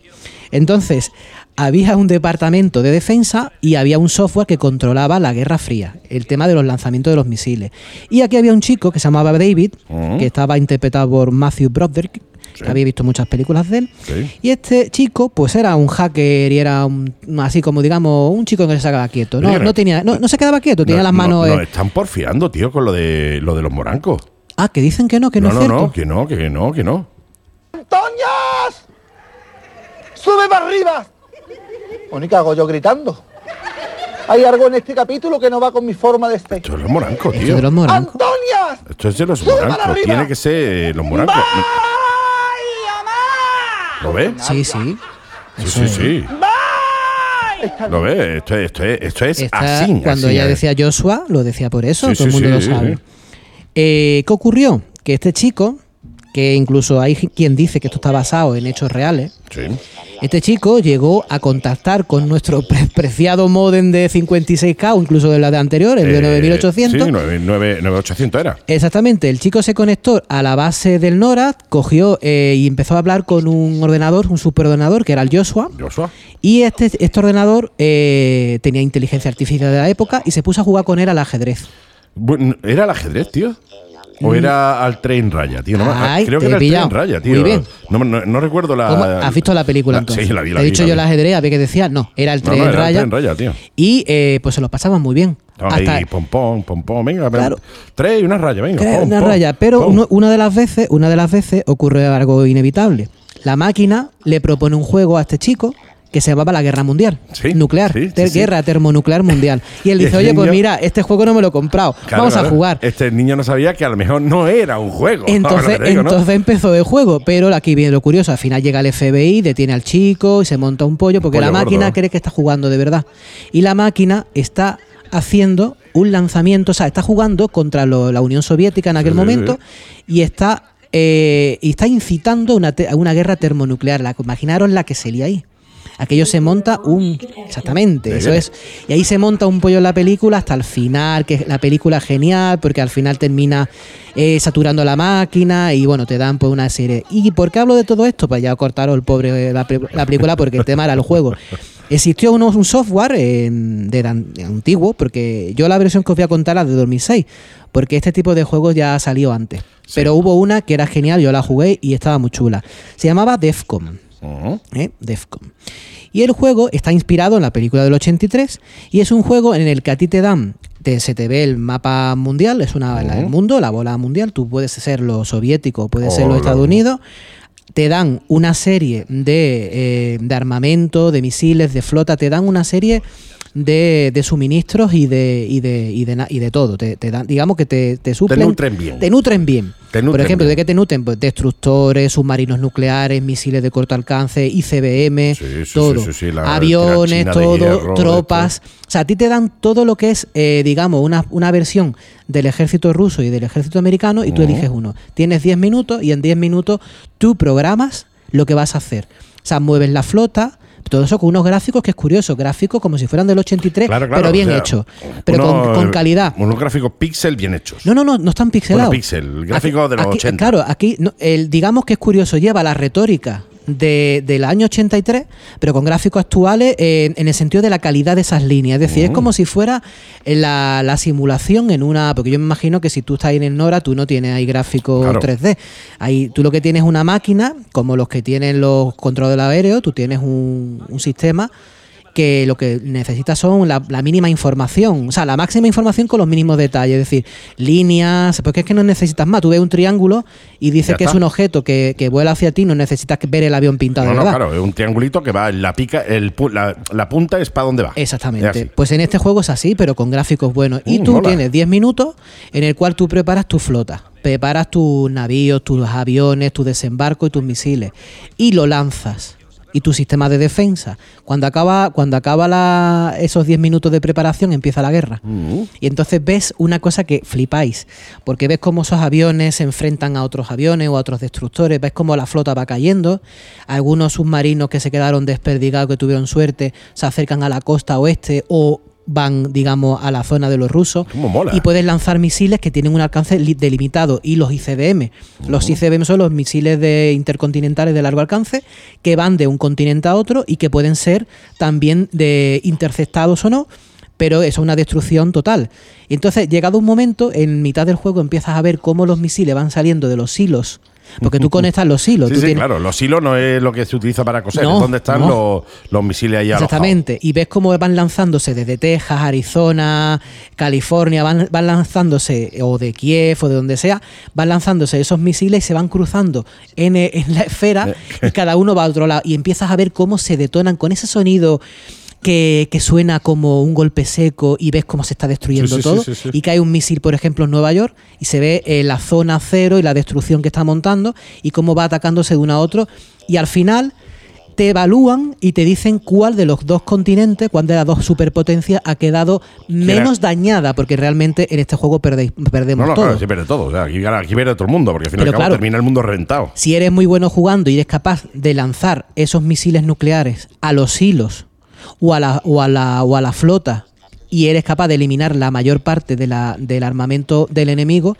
C: Entonces, había un departamento de defensa y había un software que controlaba la Guerra Fría, el tema de los lanzamientos de los misiles. Y aquí había un chico que se llamaba David,
B: Ujú.
C: que estaba interpretado por Matthew Broderick,
B: Sí.
C: que había visto muchas películas de él.
B: Sí.
C: Y este chico, pues era un hacker y era un- así como, digamos, un chico que no se quedaba quieto. No,
B: Mira.
C: no, tenía, no, no se quedaba quieto, tenía
B: No,
C: las
B: no,
C: manos.
B: No,
C: eh,
B: están porfiando, tío, con lo de, lo de los morancos.
C: Ah, que dicen que no, que no,
B: no,
C: es
B: no,
C: cierto.
B: que no, que no, que no.
J: ¡Toñas! ¡Sube para arriba! Bueno, ¿y qué hago yo gritando? Hay algo en este capítulo que no va con mi forma de ser.
B: Esto es los morancos,
C: Esto
B: tío.
C: de los morancos.
J: ¡Antonia!
B: Esto es de los
J: ¡Sube para
B: morancos.
J: arriba!
B: Tiene que ser eh, los morancos. ¿Lo ves?
C: Sí, sí.
B: Sí,
C: Eso
B: sí,
C: es.
B: sí. ¿Lo ves? Esto, es- esto, es- esto es
C: Esta-
B: así.
C: cuando
B: así
C: ella
B: es.
C: decía Joshua, lo decía por eso,
B: Sí,
C: todo el
B: sí,
C: mundo
B: sí,
C: lo sabe.
B: sí.
C: Eh, ¿Qué ocurrió? Que este chico, que incluso hay quien dice que esto está basado en hechos reales,
B: Sí.
C: Este chico llegó a contactar con nuestro pre- preciado modem de 56K, o incluso de la de anterior, el de
B: Eh,
C: 9800.
B: Sí, 9800 era.
C: Exactamente, el chico se conectó a la base del NORAD, cogió eh, y empezó a hablar con un ordenador, un superordenador, que era el Joshua.
B: Joshua.
C: Y este, este ordenador eh, tenía inteligencia artificial de la época y se puso a jugar con él al ajedrez.
B: Bueno, ¿Era el ajedrez, tío? ¿O era al tren raya, tío? No, me-
C: Mm. Ay,
B: creo
C: te
B: que
C: he
B: era el
C: pillado.
B: tren raya, tío.
C: Muy bien.
B: No, no- no recuerdo la.
C: ¿Cómo? ¿Has visto la película entonces?
B: Ah, Sí, la vi, la
C: He
B: vi,
C: dicho
B: la
C: yo
B: vi.
C: el ajedrez, había que decía, no, era el
B: No,
C: tren
B: no, era el
C: raya.
B: tren raya, tío.
C: Y eh, pues se lo pasaban muy bien.
B: No,
C: Hasta-
B: ahí, pom, pom, pom, pom, venga,
C: Claro.
B: tres y una raya, venga.
C: Crea
B: pom,
C: una
B: pom,
C: raya, pero
B: pom.
C: uno- una de las veces, una de las veces ocurre algo inevitable. La máquina le propone un juego a este chico que se llamaba la guerra mundial
B: Sí,
C: nuclear,
B: sí, sí,
C: ter-
B: sí.
C: guerra termonuclear mundial. Y él
B: Y
C: dice,
B: el
C: oye, pues
B: niño-
C: mira, este juego no me lo he comprado,
B: Claro,
C: vamos a
B: claro.
C: jugar.
B: Este niño no sabía que a lo mejor no era un juego.
C: Entonces,
B: Ahora te digo, ¿no?
C: entonces empezó el juego, pero aquí viene lo curioso, al final llega el FBI, detiene al chico y se monta un pollo porque
B: pollo
C: la máquina
B: gordo.
C: cree que está jugando de verdad. Y la máquina está haciendo un lanzamiento, o sea, está jugando contra lo- la Unión Soviética en aquel
B: Sí, sí,
C: momento y está eh, y está incitando una te- a una guerra termonuclear. La, imaginaros la que sería ahí. Aquello se monta un... Exactamente,
B: Muy
C: eso
B: bien.
C: es. Y ahí se monta un pollo en la película hasta el final, que la película es genial, porque al final termina eh, saturando la máquina y bueno, te dan pues una serie. ¿Y por qué hablo de todo esto? Pues ya cortaron el pobre eh, la, pe- la película porque el tema era el juego. Existió uno- un software eh, de, dan- antiguo, porque yo la versión que os voy a contar es de 2006, porque este tipo de juegos ya ha salido antes. Pero hubo una que era genial, yo la jugué y estaba muy chula. Se llamaba Defcom.
B: Ujú.
C: ¿eh? Defcon. Y el juego está inspirado en la película del 83 y es un juego en el que a ti te dan, te, se te ve el mapa mundial, es una, el mundo, la bola mundial, tú puedes ser lo soviético, puedes ser
B: Hola.
C: los Estados Unidos, te dan una serie de, eh, de armamento, de misiles, de flota, te dan una serie de, de suministros y de, y de, y de, na- y de todo, te, te dan, digamos que te, te suplen.
B: nutren bien.
C: Te nutren bien.
B: Te nutren
C: Por ejemplo,
B: bien.
C: ¿de qué te nutren? Pues destructores, submarinos nucleares, misiles de corto alcance, ICBM,
B: Sí, sí,
C: todo.
B: sí, sí, sí, la
C: aviones,
B: tirachina de
C: todo,
B: hierro,
C: tropas. O sea, a ti te dan todo lo que es, eh, digamos, una, una versión del ejército ruso y del ejército americano y tú eliges uno. Tienes 10 minutos y en 10 minutos tú programas lo que vas a hacer. O sea, mueves la flota, Todo eso con unos gráficos que es curioso, gráficos como si fueran del 83,
B: Claro, claro,
C: pero bien
B: o sea,
C: hechos, pero con,
B: unos-
C: con calidad.
B: Unos gráficos pixel bien hechos.
C: No, no, no, no están pixelados.
B: pixel, gráfico de los 80.
C: Claro, aquí no, el, digamos que es curioso, lleva la retórica de- del año 83, pero con gráficos actuales eh, en el sentido de la calidad de esas líneas. Es
B: Mm.
C: decir, es como si fuera eh, la, la simulación en una. Porque yo me imagino que si tú estás ahí en el Nora, tú no tienes ahí gráficos
B: Claro.
C: 3D. Ahí, tú lo que tienes es una máquina, como los que tienen los controles aéreos, tú tienes un, un sistema que lo que necesitas son la, la mínima información, o sea, la máxima información con los mínimos detalles, es decir, líneas, porque es que no necesitas más, tú ves un triángulo y dices
B: Ya
C: que es
B: está.
C: un objeto que, que vuela hacia ti, no necesitas que- ver el avión pintado
B: No,
C: de
B: no,
C: verdad.
B: claro, es un triangulito que va en la pica, el, pu- la, la punta es para dónde va. Es
C: Exactamente.
B: así.
C: Pues en este juego es así, pero con gráficos buenos. y
B: Mm,
C: tú
B: mola.
C: tienes 10 minutos en el cual tú preparas tu flota, preparas tus navíos, tus aviones, tu desembarco y tus misiles. Y lo lanzas. Y tu sistema de defensa. Cuando acaba, cuando acaba la- esos 10 minutos de preparación, empieza la guerra. Y entonces ves una cosa que flipáis. Porque ves cómo esos aviones se enfrentan a otros aviones o a otros destructores. Ves cómo la flota va cayendo. Algunos submarinos que se quedaron desperdigados, que tuvieron suerte, se acercan a la costa oeste o van, digamos, a la zona de los rusos.
B: Cómo mola.
C: Y puedes lanzar misiles que tienen un alcance li- delimitado. Y los ICBM. Los ICBM son los misiles de intercontinentales de largo alcance que van de un continente a otro y que pueden ser también de interceptados o no. Pero eso es una destrucción total. Y entonces, llegado un momento, en mitad del juego empiezas a ver cómo los misiles van saliendo de los hilos. Porque tú conectas los hilos.
B: Sí,
C: tú
B: sí,
C: tienes-
B: claro, los hilos no es lo que se utiliza para coser,
C: No,
B: es donde están
C: no.
B: los, los misiles ahí alojados.
C: Exactamente, y ves cómo van lanzándose desde Texas, Arizona, California, van, van lanzándose, o de Kiev, o de donde sea, van lanzándose esos misiles y se van cruzando en, eh, en la esfera
B: Eh.
C: y cada uno va a otro lado. Y empiezas a ver cómo se detonan con ese sonido. Que, que suena como un golpe seco y ves cómo se está destruyendo
B: Sí, sí, sí,
C: todo
B: sí, sí.
C: y cae un misil, por ejemplo, en Nueva York y se ve eh, la zona cero y la destrucción que está montando y cómo va atacándose de uno a otro y al final te evalúan y te dicen cuál de los dos continentes, cuál de las dos superpotencias ha quedado menos dañada, porque realmente en este juego perdéis-
B: No,
C: perdemos
B: no,
C: todo.
B: claro, sí pierde todo. O sea, aquí, gana- aquí pierde todo el mundo, porque al final
C: Pero claro.
B: termina el mundo reventado.
C: Si eres muy bueno jugando y eres capaz de lanzar esos misiles nucleares a los hilos o a la, o a la, o a la flota y eres capaz de eliminar la mayor parte de la- del armamento del enemigo,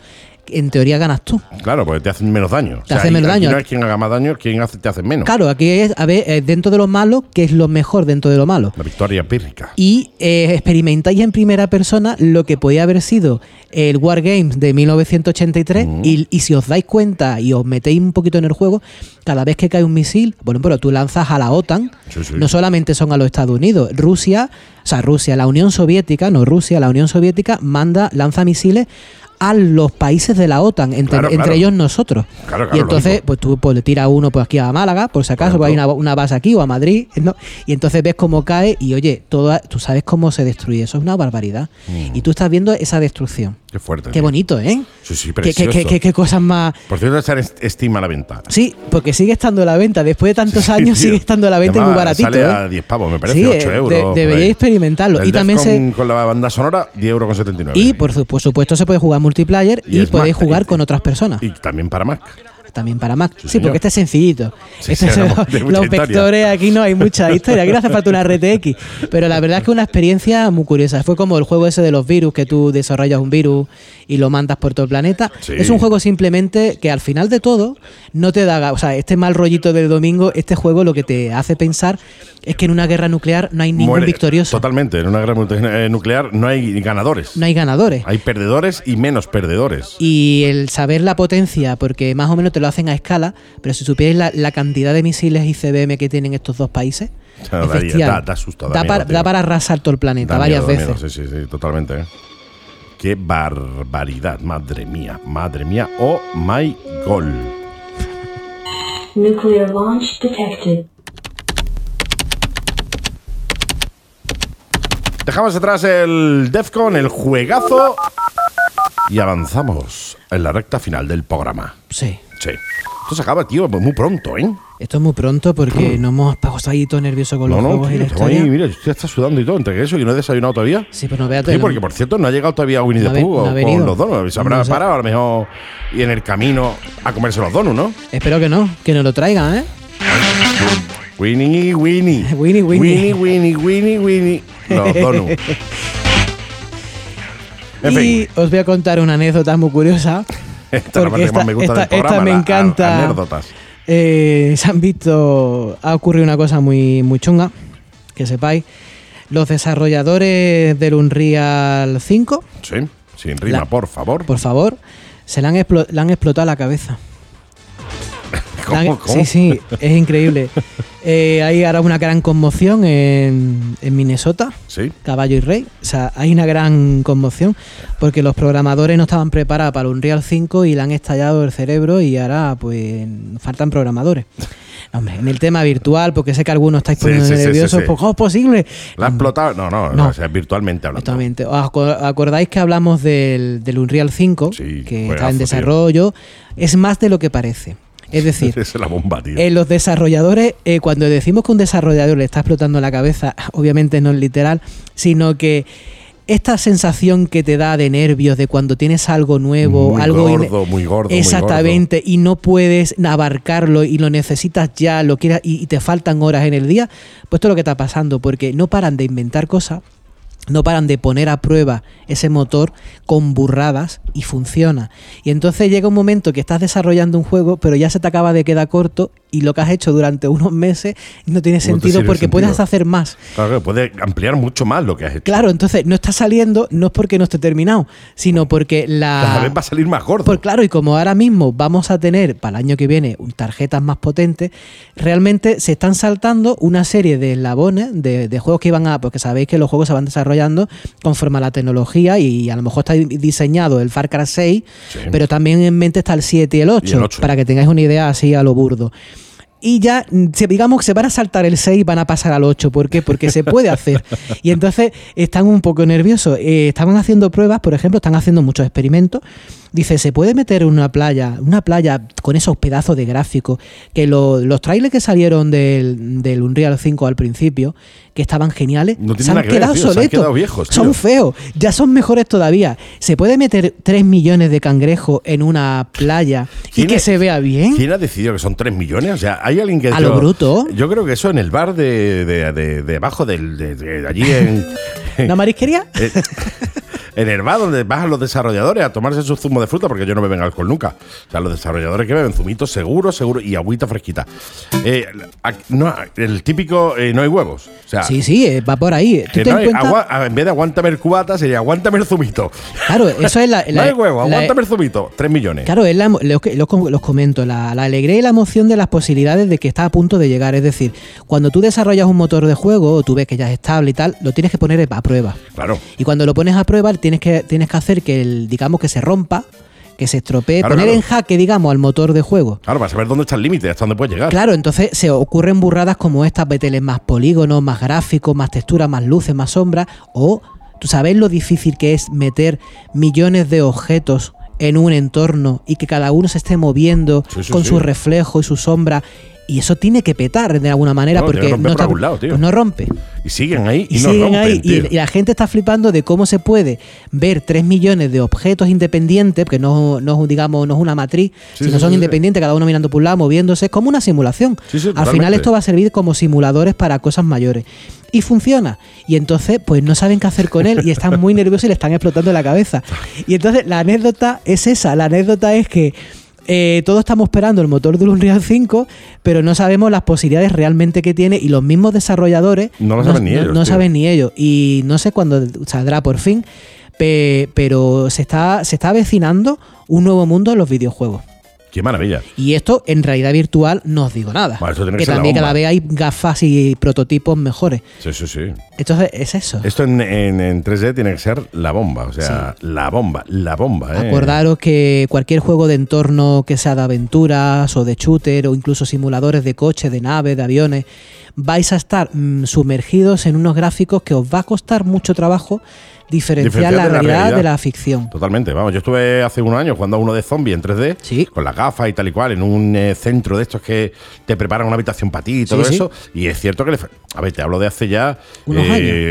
C: en teoría ganas tú.
B: Claro, porque te hacen menos daño.
C: Te hacen menos
B: aquí
C: daño.
B: No es quien haga más daño, es quien hace- te hace menos.
C: Claro, aquí es, a ver, eh, dentro de lo malo, ¿qué es lo mejor dentro de lo malo?
B: La victoria pírrica.
C: y eh, experimentáis en primera persona lo que podía haber sido el War Games de 1983
B: Mm.
C: y, y si os dais cuenta y os metéis un poquito en el juego, cada vez que cae un misil, bueno, pero tú lanzas a la OTAN,
B: Sí, sí.
C: no solamente son a los Estados Unidos, Rusia, o sea, Rusia, la Unión Soviética, no Rusia, la Unión Soviética manda, lanza misiles a los países de la OTAN, entre,
B: Claro,
C: entre
B: claro.
C: ellos nosotros.
B: Claro, claro,
C: y entonces,
B: lógico.
C: pues tú pues, le tiras uno pues, aquí a Málaga, por si acaso,
B: Por
C: pues, hay
B: ejemplo.
C: una, una base aquí o a Madrid, ¿no? Y entonces ves cómo cae y oye, toda, tú sabes cómo se destruye, eso es una barbaridad. Y tú estás viendo esa destrucción.
B: Mm. Qué fuerte.
C: Qué
B: tío.
C: bonito, ¿eh?
B: Sí, sí,
C: Qué- qué-
B: precioso.
C: qué- qué- qué cosas más...
B: Por cierto, está en est- estima a la venta.
C: Sí, porque sigue estando a la venta, después de tantos años
B: Sí, tío.
C: sigue estando a la venta y muy
B: Además,
C: baratito.
B: Sale
C: ¿eh?
B: a 10 pavos, me parece,
C: Sí,
B: 8
C: eh,
B: euros.
C: de-
B: por ahí.
C: deberíais experimentarlo.
B: El
C: y también
B: Defcon
C: se,
B: Con la banda sonora, 10 euros con 79.
C: y por, su- por supuesto se puede jugar multiplayer
B: Y
C: y,
B: es
C: podéis
B: más-
C: jugar
B: y-
C: con otras personas.
B: Y también para Mac.
C: También para Mac. Sí,
B: señor.
C: porque este es sencillito.
B: Sí,
C: Este
B: sí, no,
C: es-
B: de mucha
C: los
B: historia.
C: vectores aquí no hay mucha historia. Aquí no hace falta una RTX. Pero la verdad es que una experiencia muy curiosa. Fue como el juego ese de los virus, que tú desarrollas un virus y lo mandas por todo el planeta.
B: Sí.
C: Es un juego simplemente que al final de todo no te da... ga- O sea, este mal rollito del domingo, este juego lo que te hace pensar es que en una guerra nuclear no hay ningún
B: Muere-
C: victorioso.
B: Totalmente. En una guerra multi- eh, nuclear no hay ganadores.
C: No hay ganadores.
B: Hay perdedores y menos perdedores.
C: Y el saber la potencia, porque más o menos te lo hacen a escala, pero si supierais la, la cantidad de misiles ICBM que tienen estos dos países,
B: Ya,
C: es
B: daría-
C: bestial.
B: da- da susto, da
C: Da
B: miedo,
C: para,
B: tío.
C: da para arrasar todo el planeta
B: Da
C: varias
B: miedo, da
C: veces.
B: miedo, sí, sí, sí, totalmente. ¿eh? Qué barbaridad, madre mía, madre mía. Oh my god.
G: Nuclear launch detected.
B: Dejamos atrás el Defcon, el juegazo. Y avanzamos en la recta final del programa.
C: Sí.
B: Sí. Esto se acaba, tío, muy pronto, ¿eh?
C: Esto es muy pronto porque no hemos pasado ahí todo nervioso con
B: Mm. No,
C: los
B: no,
C: juegos y
B: tío,
C: la
B: estamos ahí,
C: historia.
B: mira, ya está sudando y todo, entre que eso y no he desayunado todavía.
C: Sí, pero no veas
B: Sí, porque por cierto, no ha llegado todavía Winnie the
C: No ha ve-
B: Pooh
C: no ha
B: con
C: venido.
B: los donuts. Se habrá
C: No sé.
B: parado a lo mejor y en el camino a comerse los donuts, ¿no?
C: Espero que no, que nos lo traigan, ¿eh?
B: Winnie y Winnie.
C: Winnie, Winnie.
B: Winnie, Winnie, Winnie, Winnie. Los donuts. En
C: y
B: fin.
C: os voy a contar una anécdota muy curiosa.
B: Esta es la parte
C: porque
B: que más me gusta del
C: esta- esta
B: programa.
C: me
B: la- a-
C: encanta.
B: anécdotas.
C: Eh, se han visto, ha ocurrido una cosa muy, muy chunga, que sepáis. Los desarrolladores del Unreal 5,
B: Sí. Sin rima,
C: La-
B: por favor.
C: por favor, se le han, explo- le han explotado la cabeza. Le han-
B: ¿Cómo, cómo?
C: Sí, sí, es increíble. Eh, hay ahora una gran conmoción en, en Minnesota,
B: Sí.
C: Caballo y Rey. O sea, hay una gran conmoción porque los programadores no estaban preparados para el Unreal 5 y le han estallado el cerebro y ahora pues faltan programadores. No, Hombre, en el tema virtual, porque sé que algunos estáis
B: Sí,
C: poniendo
B: sí, sí, sí,
C: nerviosos,
B: sí.
C: pues ¿cómo es posible?
B: La ha explotado. No, no,
C: Mm. No.
B: o sea, virtualmente hablando.
C: Exactamente. ¿Os aco- acordáis que hablamos del, del Unreal 5,
B: Sí,
C: que
B: juegazo,
C: está
B: tío.
C: en desarrollo? Es más de lo que parece. Es decir,
B: Esa es la bomba, tío.
C: eh, los desarrolladores, eh, cuando decimos que un desarrollador le está explotando la cabeza, obviamente no es literal, sino que esta sensación que te da de nervios, de cuando tienes algo nuevo,
B: Muy
C: algo... ine-
B: gordo, muy gordo, muy
C: Exactamente, y no puedes abarcarlo y lo necesitas ya, lo quieras y, y te faltan horas en el día, pues esto es lo que está pasando, porque no paran de inventar cosas, no paran de poner a prueba ese motor con burradas y funciona. Y entonces llega un momento que estás desarrollando un juego, pero ya se te acaba de quedar corto y lo que has hecho durante unos meses no tiene
B: te
C: sentido
B: sirve
C: porque puedes
B: sentido.
C: hacer más.
B: Claro que puede ampliar mucho más lo que has hecho.
C: Claro, entonces no está saliendo, no es porque no esté terminado, sino porque
B: Cada
C: la...
B: vez va a salir más gordo.
C: Pues claro, y como ahora mismo vamos a tener para el año que viene un- tarjetas más potentes, realmente se están saltando una serie de eslabones de, de juegos que iban a. Porque sabéis que los juegos se van desarrollando conforme a la tecnología y a lo mejor está diseñado el Far Cry 6,
B: Sí.
C: pero también en mente está el 7 y el 8,
B: Y el 8.
C: para que tengáis una idea así a lo burdo. Y ya, mm, se- digamos que se van a saltar el 6 y van a pasar al 8. ¿Por qué? Porque se puede hacer. Y entonces están un poco nerviosos. Eh, estaban haciendo pruebas, por ejemplo, están haciendo muchos experimentos. Dice, ¿se puede meter una playa, una playa con esos pedazos de gráfico? Que lo- los trailers que salieron del, del Unreal 5 al principio, que estaban geniales,
B: No tiene
C: se han
B: nada que ver,
C: quedado
B: tío, se han
C: obsoletos.
B: quedado viejos, tío.
C: Son feos, ya son mejores todavía. ¿Se puede meter 3 millones de cangrejos en una playa y
B: ¿Quién
C: que
B: es-
C: se vea bien?
B: ¿Quién ha decidido que son 3 millones? O sea, hay alguien que.
C: ¿Eh? A lo
B: yo-
C: bruto.
B: Yo creo que eso en el bar de, de, de- de abajo del. De, de allí en.
C: ¿La marisquería?
B: Eh, En el bar donde bajan los desarrolladores a tomarse su zumo de fruta, porque yo no beben alcohol nunca. O sea, los desarrolladores que beben zumitos seguro, seguro, y agüita fresquita. Eh, a- no, el típico eh, no hay huevos. O sea,
C: Sí, sí, eh, va por ahí. ¿Tú
B: que
C: te
B: no
C: das
B: hay-
C: cuenta?
B: agua- a- en vez de aguántame el cubata, sería aguántame el zumito.
C: Claro, eso es la.
B: no
C: la-
B: hay huevo,
C: la- e
B: aguántame el zumito. 3 millones.
C: Claro, es la, emo- lo que- lo com- los comento, la, la alegría y la emoción de las posibilidades de que está a punto de llegar. Es decir, cuando tú desarrollas un motor de juego o tú ves que ya es estable y tal, lo tienes que poner a prueba.
B: Claro.
C: Y cuando lo pones a prueba, tienes que, tienes que hacer que el, digamos, que se rompa, que se estropee,
B: Claro,
C: poner
B: claro.
C: en jaque, digamos, al motor de juego.
B: Claro, para saber dónde está el límite, hasta dónde puedes llegar.
C: Claro, entonces se ocurren burradas como estas, meterle más polígonos, más gráficos, más textura, más luces, más sombras, o tú sabes lo difícil que es meter millones de objetos en un entorno y que cada uno se esté moviendo
B: Sí, sí,
C: con
B: sí.
C: su reflejo y su sombra. Y eso tiene que petar de alguna manera
B: Claro, tiene
C: porque
B: que romper
C: no,
B: por
C: está-
B: algún lado, tío.
C: pues no rompe.
B: Y siguen ahí y,
C: Y
B: no
C: siguen
B: rompen,
C: ahí.
B: tío.
C: Y, y la gente está flipando de cómo se puede ver 3 millones de objetos independientes, porque no, no es, un- digamos, no es una matriz,
B: Sí,
C: sino
B: sí,
C: son
B: sí, sí.
C: independientes, cada uno mirando por un lado, moviéndose. Es como una simulación.
B: Sí, sí,
C: Al final
B: totalmente.
C: esto va a servir como simuladores para cosas mayores. Y funciona. Y entonces, pues no saben qué hacer con él y están muy nerviosos y le están explotando la cabeza. Y entonces la anécdota es esa. La anécdota es que eh, todos estamos esperando el motor del Unreal 5, pero no sabemos las posibilidades realmente que tiene y los mismos desarrolladores
B: No lo saben ni ellos,
C: no
B: tío.
C: saben ni ellos. Y no sé cuándo saldrá por fin, pe- pero se está, se está avecinando un nuevo mundo en los videojuegos.
B: Qué maravilla.
C: Y esto en realidad virtual no os digo nada.
B: Bueno, eso tiene que
C: que
B: ser la
C: también
B: bomba.
C: cada vez hay gafas y prototipos mejores.
B: Sí, sí, sí.
C: Entonces es eso.
B: Esto en, en- en 3D tiene que ser la bomba, o sea, la bomba, la bomba. ¿eh?
C: Acordaros que cualquier juego de entorno que sea de aventuras o de shooter o incluso simuladores de coche, de nave, de aviones, vais a estar mm, sumergidos en unos gráficos que os va a costar mucho trabajo diferenciar, la, realidad, de la ficción.
B: Totalmente, vamos, yo estuve hace unos años jugando a uno de zombie en 3D, con las gafas y tal y cual, en un eh, centro de estos que te preparan una habitación para ti y todo
C: Sí, sí.
B: eso. Y es cierto que, le, fa- a ver, te hablo de hace ya
C: Unos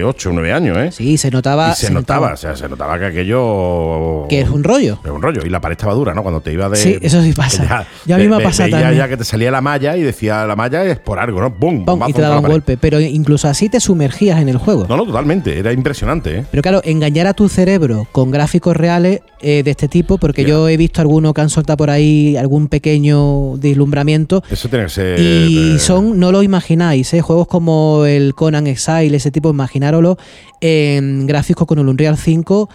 B: 8 o 9 años, ¿eh?
C: Sí, se notaba.
B: Y se notaba, o sea, se notaba que aquello.
C: Que es un rollo.
B: Es un rollo. Y la pared estaba dura, ¿no? Cuando te iba de.
C: Sí, eso sí pasa. Ya a mí me ha pasado
B: veía
C: también.
B: ya que te salía la malla y decía la malla es por algo, ¿no? ¡Bum!
C: Pum, y
B: bombazo
C: te daba
B: contra
C: un
B: la pared.
C: golpe. Pero incluso así te sumergías en el juego.
B: No, no, totalmente. Era impresionante, ¿eh?
C: Pero claro, engañar a tu cerebro con gráficos reales eh, de este tipo, porque yo he visto alguno que han soltado por ahí algún pequeño deslumbramiento.
B: Eso tiene que ser.
C: Y
B: eh,
C: son, no lo imagináis, ¿eh? juegos como el Conan Exile, ese tipo, imaginároslo, en gráficos con el Unreal 5,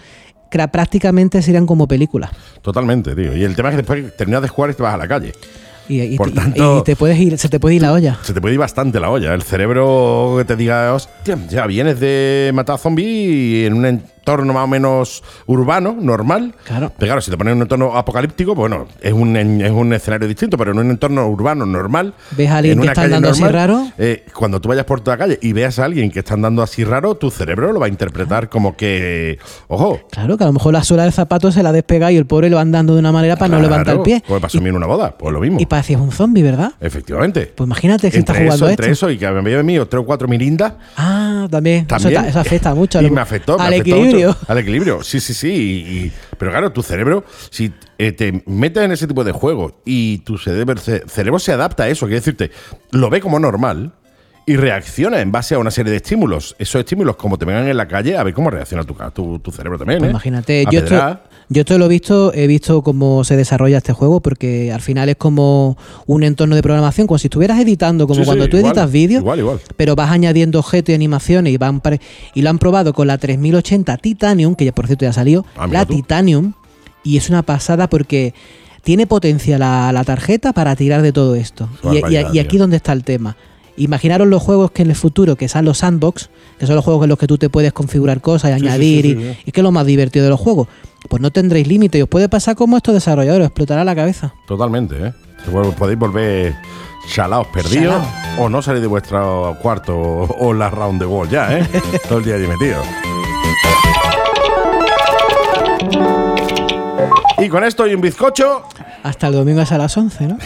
C: que prácticamente serían como películas.
B: Totalmente, tío. Y el tema es que después terminas de jugar y te vas a la calle.
C: Y, y-
B: Por
C: y-
B: tanto-
C: y te puedes ir, se te puede ir la olla.
B: Se te puede ir bastante la olla. El cerebro que te diga, hostia, ya vienes de matar zombies en un entorno más o menos urbano, normal.
C: Claro.
B: Pero claro, si te pones en un entorno apocalíptico, pues bueno, es un, en- es un escenario distinto, pero en un entorno urbano normal.
C: ¿Ves a alguien
B: en
C: que
B: una
C: está
B: calle
C: andando así raro?
B: eh, cuando tú vayas por toda la calle y veas a alguien que está andando así raro, tu cerebro lo va a interpretar como que, ojo,
C: Claro, que a lo mejor la suela del zapato se la despega y el pobre lo va andando de una manera para no
B: claro,
C: levantar el pie.
B: Pues pasó a mí en una boda, pues lo mismo.
C: Y parecías un zombie, ¿verdad?
B: Efectivamente.
C: Pues imagínate si
B: entre
C: estás jugando
B: eso,
C: a
B: entre
C: esto.
B: eso y que me había venido tres o cuatro mirindas.
C: Ah, también. Eso
B: También.
C: ta- Eso, afecta mucho.
B: Y
C: al-
B: me afectó. me
C: Al
B: afectó
C: equilibrio.
B: mucho. al equilibrio, sí, sí, sí. y- y- pero claro, tu cerebro, si eh, te metes en ese tipo de juegos y tu cerebro, ce- cerebro se adapta a eso, quiero decirte, lo ve como normal y reacciona en base a una serie de estímulos. Esos estímulos, como te vengan en la calle, a ver cómo reacciona tu, ca- tu, tu cerebro también.
C: Pues
B: ¿eh?
C: imagínate,
B: A
C: yo esto,
B: pedrada.
C: yo esto lo he visto, he visto cómo se desarrolla este juego, porque al final es como un entorno de programación, como si estuvieras editando, como
B: Sí,
C: cuando
B: sí,
C: tú
B: igual,
C: editas vídeos,
B: Igual, igual.
C: pero vas añadiendo objetos y animaciones y van pare- y lo han probado con la 3080 Titanium, que ya por cierto ya salió,
B: Ah, mira
C: la
B: tú.
C: Titanium, y es una pasada porque tiene potencia la, la tarjeta para tirar de todo esto.
B: Qué
C: Y, y-
B: barbaridad,
C: y aquí
B: tío.
C: donde está el tema. Imaginaros los juegos que en el futuro, que sean los sandbox, que son los juegos en los que tú te puedes configurar cosas y
B: sí,
C: añadir,
B: sí,
C: y,
B: sí, sí.
C: y que es lo más divertido de los juegos. Pues no tendréis límite, y os puede pasar como a estos desarrolladores, os explotará la cabeza.
B: Totalmente, ¿eh? Se vuelve- Podéis volver chalaos perdidos
C: Chalaos.
B: o no salir de vuestro cuarto o, o la round the wall ya, ¿eh? Todo el día allí metido. Y con esto y un bizcocho,
C: Hasta el domingo es a las 11, ¿no?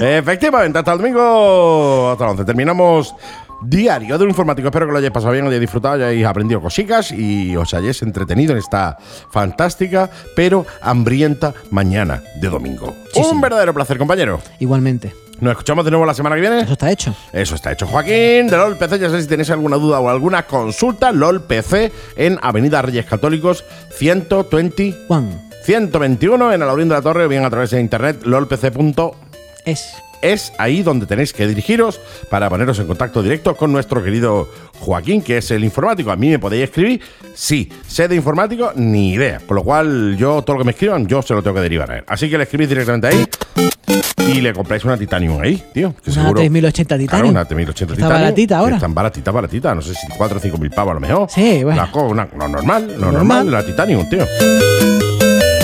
B: efectivamente, hasta el domingo, hasta el 11. Terminamos diario de un informático. Espero que lo hayáis pasado bien, lo hayáis disfrutado, hayáis aprendido cositas y os hayáis entretenido en esta fantástica pero hambrienta mañana de domingo.
C: Sí,
B: un
C: señor.
B: verdadero placer, compañero.
C: Igualmente.
B: Nos escuchamos de nuevo la semana que viene.
C: Eso está hecho.
B: Eso está hecho, Joaquín. De LOL PC, ya sé si tenéis alguna duda o alguna consulta, LOL PC en Avenida Reyes Católicos 120,
C: Juan,
B: 121 en Alaurín de la Torre o bien a través de internet lolpc.es.
C: es.
B: ahí donde tenéis que dirigiros para poneros en contacto directo con nuestro querido Joaquín, que es el informático. A mí me podéis escribir, sí, sé de informático, ni idea. Por lo cual, yo todo lo que me escriban, yo se lo tengo que derivar a él. Así que le escribís directamente ahí y le compráis una Titanium ahí, tío. Que
C: Una
B: seguro-
C: 3080
B: Claro,
C: Titanium.
B: una 3080
C: Está
B: Titanium,
C: baratita
B: que
C: ahora.
B: Están baratitas, baratitas. No sé si 4 o 5 mil pavos a lo mejor.
C: Sí, bueno.
B: La co- una- lo normal, lo normal,
C: Normal.
B: la Titanium, tío.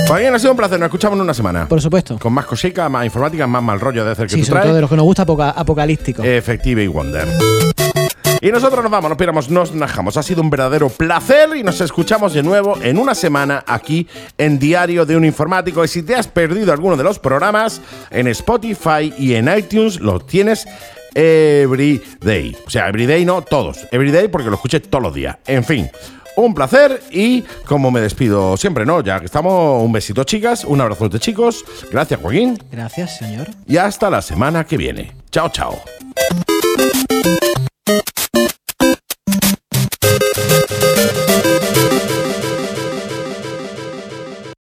B: Joaquín, ha sido un placer. Nos escuchamos en una semana.
C: Por supuesto.
B: Con más cositas, más informática, más mal rollo de hacer que
C: Sí,
B: tú
C: sobre
B: traes. Eh.
C: todo de los que nos gusta apoca- apocalíptico.
B: Efective y Wonder. Y nosotros nos vamos, nos piramos, nos najamos. Ha sido un verdadero placer y nos escuchamos de nuevo en una semana aquí en Diario de un Informático. Y si te has perdido alguno de los programas, en Spotify y en iTunes los tienes every day. O sea, every day no, todos. Every day porque lo escuché todos los días. En fin. Un placer y como me despido siempre, ¿no? Ya que estamos, un besito chicas, un abrazote chicos, gracias Joaquín
C: Gracias, señor.
B: y hasta la semana que viene. Chao, chao.